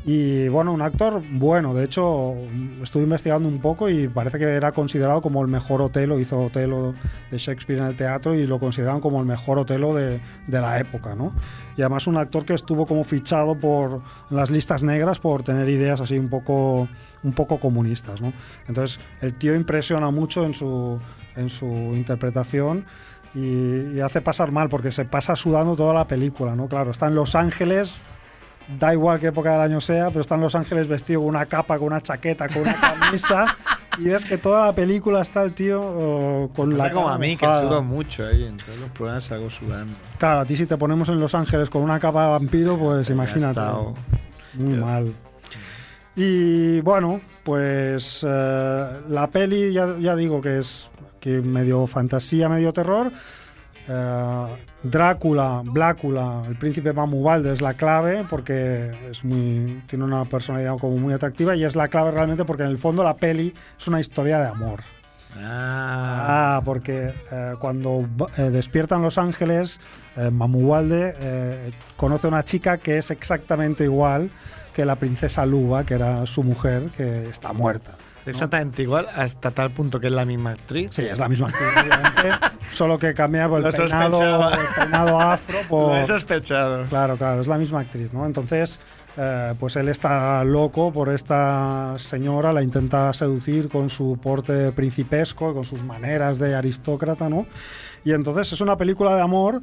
Speaker 1: Y bueno, un actor bueno. De hecho, estuve investigando un poco y parece que era considerado como el mejor Otelo. Hizo Otelo de Shakespeare en el teatro y lo consideraban como el mejor Otelo de, de la época, ¿no? Y además un actor que estuvo como fichado por las listas negras por tener ideas así un poco un poco comunistas, ¿no? Entonces el tío impresiona mucho en su, en su interpretación y, y hace pasar mal porque se pasa sudando toda la película, ¿no? Claro, está en Los Ángeles, da igual qué época del año sea, pero está en Los Ángeles vestido con una capa, con una chaqueta, con una camisa y ves que toda la película está el tío oh, con
Speaker 12: Pasa
Speaker 1: la
Speaker 12: como
Speaker 1: cara
Speaker 12: a mí, que
Speaker 1: mojada.
Speaker 12: sudo mucho ahí. En todos los programas salgo sudando.
Speaker 1: Claro, a ti si te ponemos en Los Ángeles con una capa de vampiro, pues imagínate.
Speaker 12: estado.
Speaker 1: Muy mal. Y bueno, pues eh, la peli ya, ya digo que es que medio fantasía, medio terror. Eh, Drácula, Blácula, el príncipe Mamubalde es la clave porque es muy, tiene una personalidad como muy atractiva y es la clave realmente porque en el fondo la peli es una historia de amor. Ah, porque eh, cuando va- eh, despiertan Los Ángeles, eh, Mamuwalde eh, conoce a una chica que es exactamente igual que la princesa Luba, que era su mujer, que está muerta.
Speaker 12: Exactamente igual, hasta tal punto que es la misma actriz.
Speaker 1: Sí, es la misma actriz, obviamente, solo que cambia por el,
Speaker 12: Lo
Speaker 1: peinado,
Speaker 12: sospechaba.
Speaker 1: el peinado afro por,
Speaker 12: Lo he sospechado.
Speaker 1: Claro, claro, es la misma actriz, ¿no? Entonces, eh, pues él está loco por esta señora, la intenta seducir con su porte principesco, y con sus maneras de aristócrata, ¿no? Y entonces es una película de amor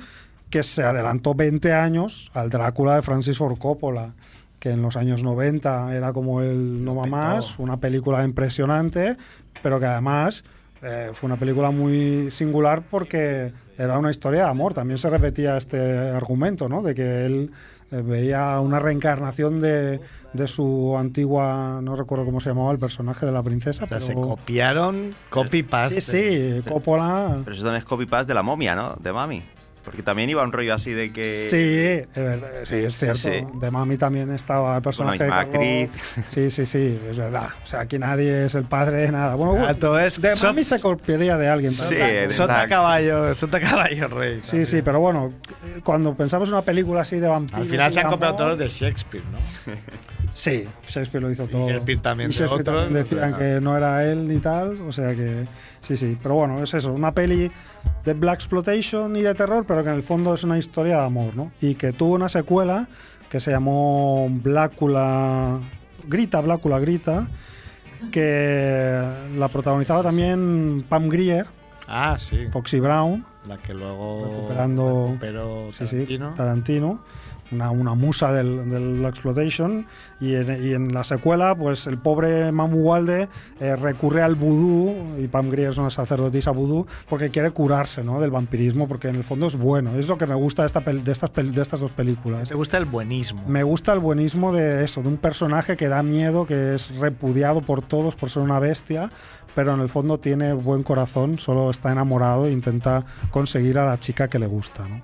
Speaker 1: que se adelantó 20 años al Drácula de Francis Ford Coppola, que en los años 90 era como el No va más, una película impresionante, pero que además eh, fue una película muy singular porque era una historia de amor. También se repetía este argumento, ¿no? De que él eh, veía una reencarnación de, de su antigua, no recuerdo cómo se llamaba el personaje de la princesa,
Speaker 12: O sea,
Speaker 1: pero
Speaker 12: se copiaron copy paste.
Speaker 1: sí, sí, Coppola.
Speaker 6: Pero eso también es copy-paste de la momia, ¿no? De Mami. Porque también iba un rollo así de que...
Speaker 1: Sí, es verdad, sí, es cierto.
Speaker 6: Sí.
Speaker 1: De Mami también estaba el personaje
Speaker 6: misma
Speaker 1: de Carlos. Sí, sí, sí, es verdad. O sea, aquí nadie es el padre de nada.
Speaker 2: Ah,
Speaker 1: Bueno, bueno, de Mami se copiaría de alguien. pero-
Speaker 2: Sota caballo, sota caballo rey.
Speaker 1: Sí, sí, pero bueno, cuando pensamos en una película así de vampiros...
Speaker 2: Al final
Speaker 1: y
Speaker 2: se han
Speaker 1: amor-
Speaker 2: comprado todos los de Shakespeare, ¿no?
Speaker 1: Sí, Shakespeare lo hizo todo.
Speaker 2: Shakespeare también
Speaker 1: Y
Speaker 2: de ah.
Speaker 1: Shakespeare
Speaker 2: otros,
Speaker 1: también
Speaker 2: no
Speaker 1: decían
Speaker 2: sé,
Speaker 1: que no era él ni tal, o sea que sí, sí. Pero bueno, es eso, una peli de black exploitation y de terror, pero que en el fondo es una historia de amor, ¿no? Y que tuvo una secuela que se llamó Blácula grita, Blácula grita, que la protagonizaba también Pam Grier,
Speaker 2: Ah, sí.
Speaker 1: Foxy Brown,
Speaker 2: La que luego.
Speaker 1: Recuperando-
Speaker 2: Pero
Speaker 1: Sí, sí, Tarantino, una, una musa del, del exploitation y en, y en la secuela pues el pobre Mamu Walde eh, recurre al vudú y Pam Grier es una sacerdotisa vudú porque quiere curarse ¿no? del vampirismo porque en el fondo es bueno es lo que me gusta de, esta pel- de, estas, pel- de estas dos películas
Speaker 2: Me gusta el buenismo.
Speaker 1: me gusta el buenismo de eso, de un personaje que da miedo, que es repudiado por todos por ser una bestia, pero en el fondo tiene buen corazón, solo está enamorado e intenta conseguir a la chica que le gusta. ¿no?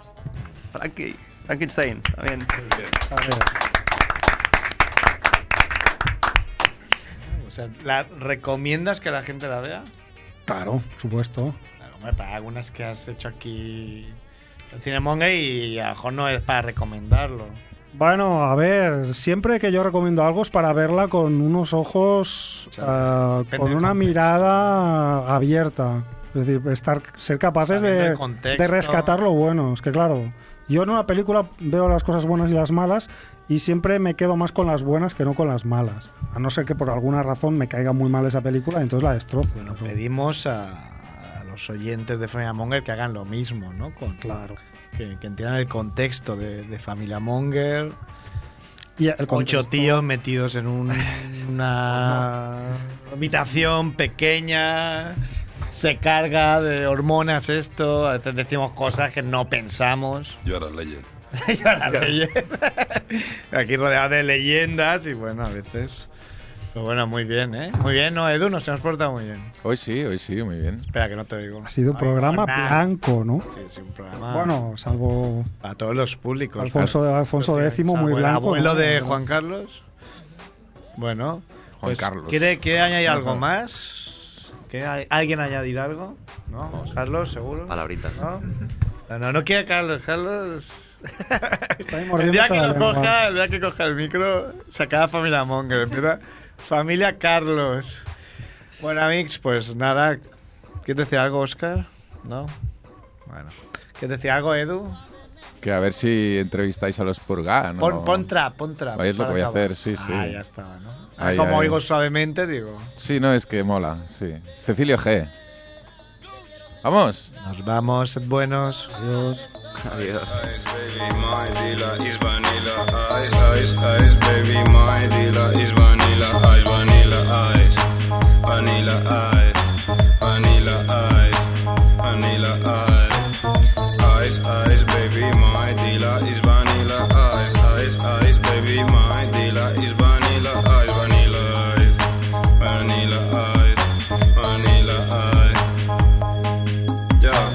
Speaker 6: Frankie- Frankenstein, también.
Speaker 2: O sea, ¿la ¿recomiendas que la gente la vea?
Speaker 1: Claro, por supuesto.
Speaker 2: Claro, hombre, para algunas que has hecho aquí el Cinemonger y a lo mejor no es para recomendarlo.
Speaker 1: Bueno, a ver, siempre que yo recomiendo algo es para verla con unos ojos, ah, con una mirada abierta. Es decir, estar, ser capaces
Speaker 2: Sabiendo
Speaker 1: de,
Speaker 2: el contexto.
Speaker 1: de rescatar lo bueno. Es que claro, yo en una película veo las cosas buenas y las malas y siempre me quedo más con las buenas que no con las malas. A no ser que por alguna razón me caiga muy mal esa película, entonces la destrozo.
Speaker 2: Pedimos a, a los oyentes de Familia Monger que hagan lo mismo, ¿no? Con,
Speaker 1: claro.
Speaker 2: Que, que entiendan el contexto de, de Familia Monger.
Speaker 1: Y el
Speaker 2: Ocho
Speaker 1: contexto-
Speaker 2: tíos metidos en un- una habitación pequeña. Se carga de hormonas esto. A veces decimos cosas que no pensamos.
Speaker 5: Yo era Legend.
Speaker 2: Yo era leyenda. Aquí rodeado de leyendas y bueno, a veces. Pero bueno, muy bien, ¿eh? Muy bien, no, Edu, nos hemos portado muy bien.
Speaker 4: Hoy sí, hoy sí, muy bien.
Speaker 2: Espera, que no te digo.
Speaker 1: Ha sido un programa blanco, ¿no?
Speaker 2: Sí, sí, un programa.
Speaker 1: Bueno, salvo
Speaker 2: A todos los públicos.
Speaker 1: Alfonso, Alfonso X, muy
Speaker 2: Salvo el
Speaker 1: blanco.
Speaker 2: abuelo
Speaker 1: ¿no?
Speaker 2: de Juan Carlos. Bueno.
Speaker 4: Juan
Speaker 2: pues,
Speaker 4: Carlos.
Speaker 2: ¿Quiere que añadir algo
Speaker 4: Ajá.
Speaker 2: más? ¿Quiere a- alguien añadir algo? ¿No? Carlos, seguro.
Speaker 6: Palabritas.
Speaker 2: ¿No? No, no, no quiere Carlos. Carlos. el
Speaker 1: mordiéndose
Speaker 2: día que
Speaker 1: la
Speaker 2: lo
Speaker 1: lengua.
Speaker 2: coja, el día que coja el micro, se acaba Familia Monger. Empieza Familia Carlos. Bueno, amigos, pues nada. ¿Quieres decir algo, Oscar? ¿No? Bueno. ¿Quieres decir algo, Edu?
Speaker 4: Que a ver si entrevistáis a los Purga, ¿no?
Speaker 2: Pon, pon trap, pon trap.
Speaker 4: Ahí es lo que voy a
Speaker 2: Acaba.
Speaker 4: hacer, sí, sí.
Speaker 2: Ah, ya estaba, ¿no?
Speaker 4: Ahí,
Speaker 2: Como
Speaker 4: ahí.
Speaker 2: oigo suavemente, digo.
Speaker 4: Sí, no, es que mola, sí. Cecilio G. ¡Vamos!
Speaker 2: Nos vamos, sed buenos. Adiós.
Speaker 4: Adiós.
Speaker 13: Ice, baby, my dealer is vanilla ice, ice, ice, baby, my dealer is vanilla ice, vanilla ice, vanilla ice, vanilla ice, vanilla ice. Ice, ice, baby, my dealer is vanilla ice, ice, ice, baby, my dealer is vanilla ice, vanilla ice, vanilla ice, vanilla ice. Yeah.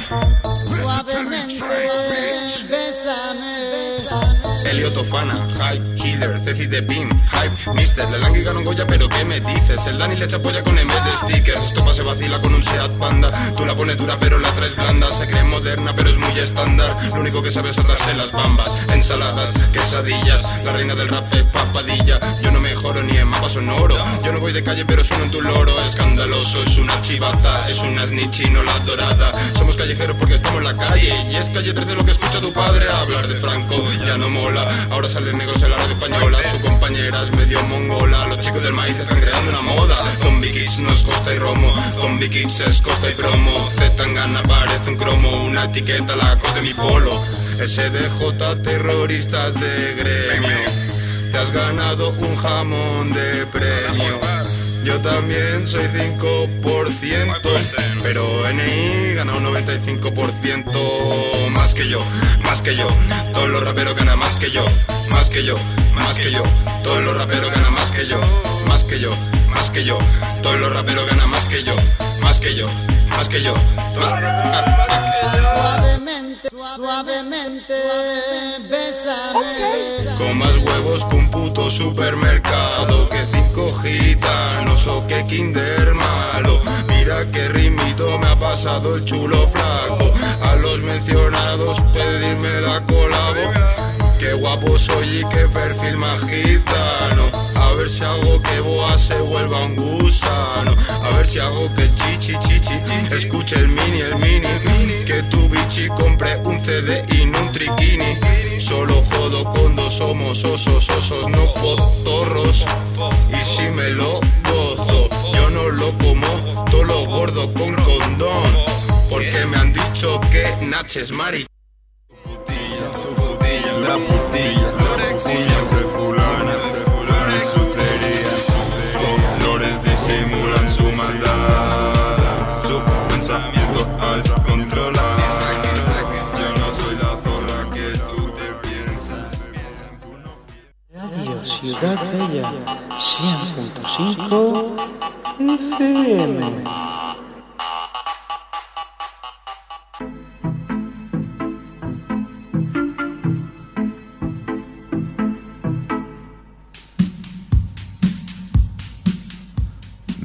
Speaker 14: Elliot Ofana, Hype, Killer, Ceci de Beam, Hype, Mister, Lelangi ganó un Goya, pero ¿qué me dices? El Dani le echa polla con en vez de stickers, esto se vacila con un Seat Panda, tú la pones dura pero la traes blanda, se cree moderna pero es muy estándar, lo único que sabe es atarse las bambas, ensaladas, quesadillas, la reina del rap es papadilla, yo no mejoro ni en mapa sonoro, yo no voy de calle pero sueno en tu loro, escandaloso, es una chivata, es una snitch y no la dorada, somos callejeros porque estamos en la calle, y es calle 13 lo que escucha tu padre hablar de Franco, ya no mola, ahora salen negros en la radio española, su compañera es medio mongola, los chicos del maíz están creando una moda, Zombie Kids nos costa y romo, Zombie Kids es costa y promo, Zetangana parece un cromo, una etiqueta la cosa de mi polo, SDJ terroristas de gremio. Te has ganado un jamón de premio. Yo también soy 5%, pero NI gana un 95% más que yo, más que yo. Todos los raperos ganan más que yo, más que yo, más que yo. Todos los raperos ganan más que yo, más que yo, más que yo. Todos los raperos ganan más que yo, más que yo, más que yo. Todos-
Speaker 3: Suavemente. suavemente, suavemente, bésame.
Speaker 14: Con más huevos que un puto supermercado Que cinco gitanos o que kinder malo Mira qué rimito me ha pasado el chulo flaco A los mencionados pedirme la colabo Qué guapo soy y qué perfil más gitano A ver si hago que Boa se vuelva un gusano A ver si hago que Chichi Chichi Escuche el mini, el mini Que tu bichi compre un CD y no un triquini Solo jodo cuando somos osos, osos, no potorros Y si me lo gozo, yo no lo como Todo lo gordo con condón Porque me han dicho que naches mari la putilla, la putilla de fulana, de fulana es su trería. Con flores disimulan su maldad, su pensamiento al controlar. Yo no soy la zorra que tú te piensas.
Speaker 3: Radio Ciudad Bella, 100.5 FM.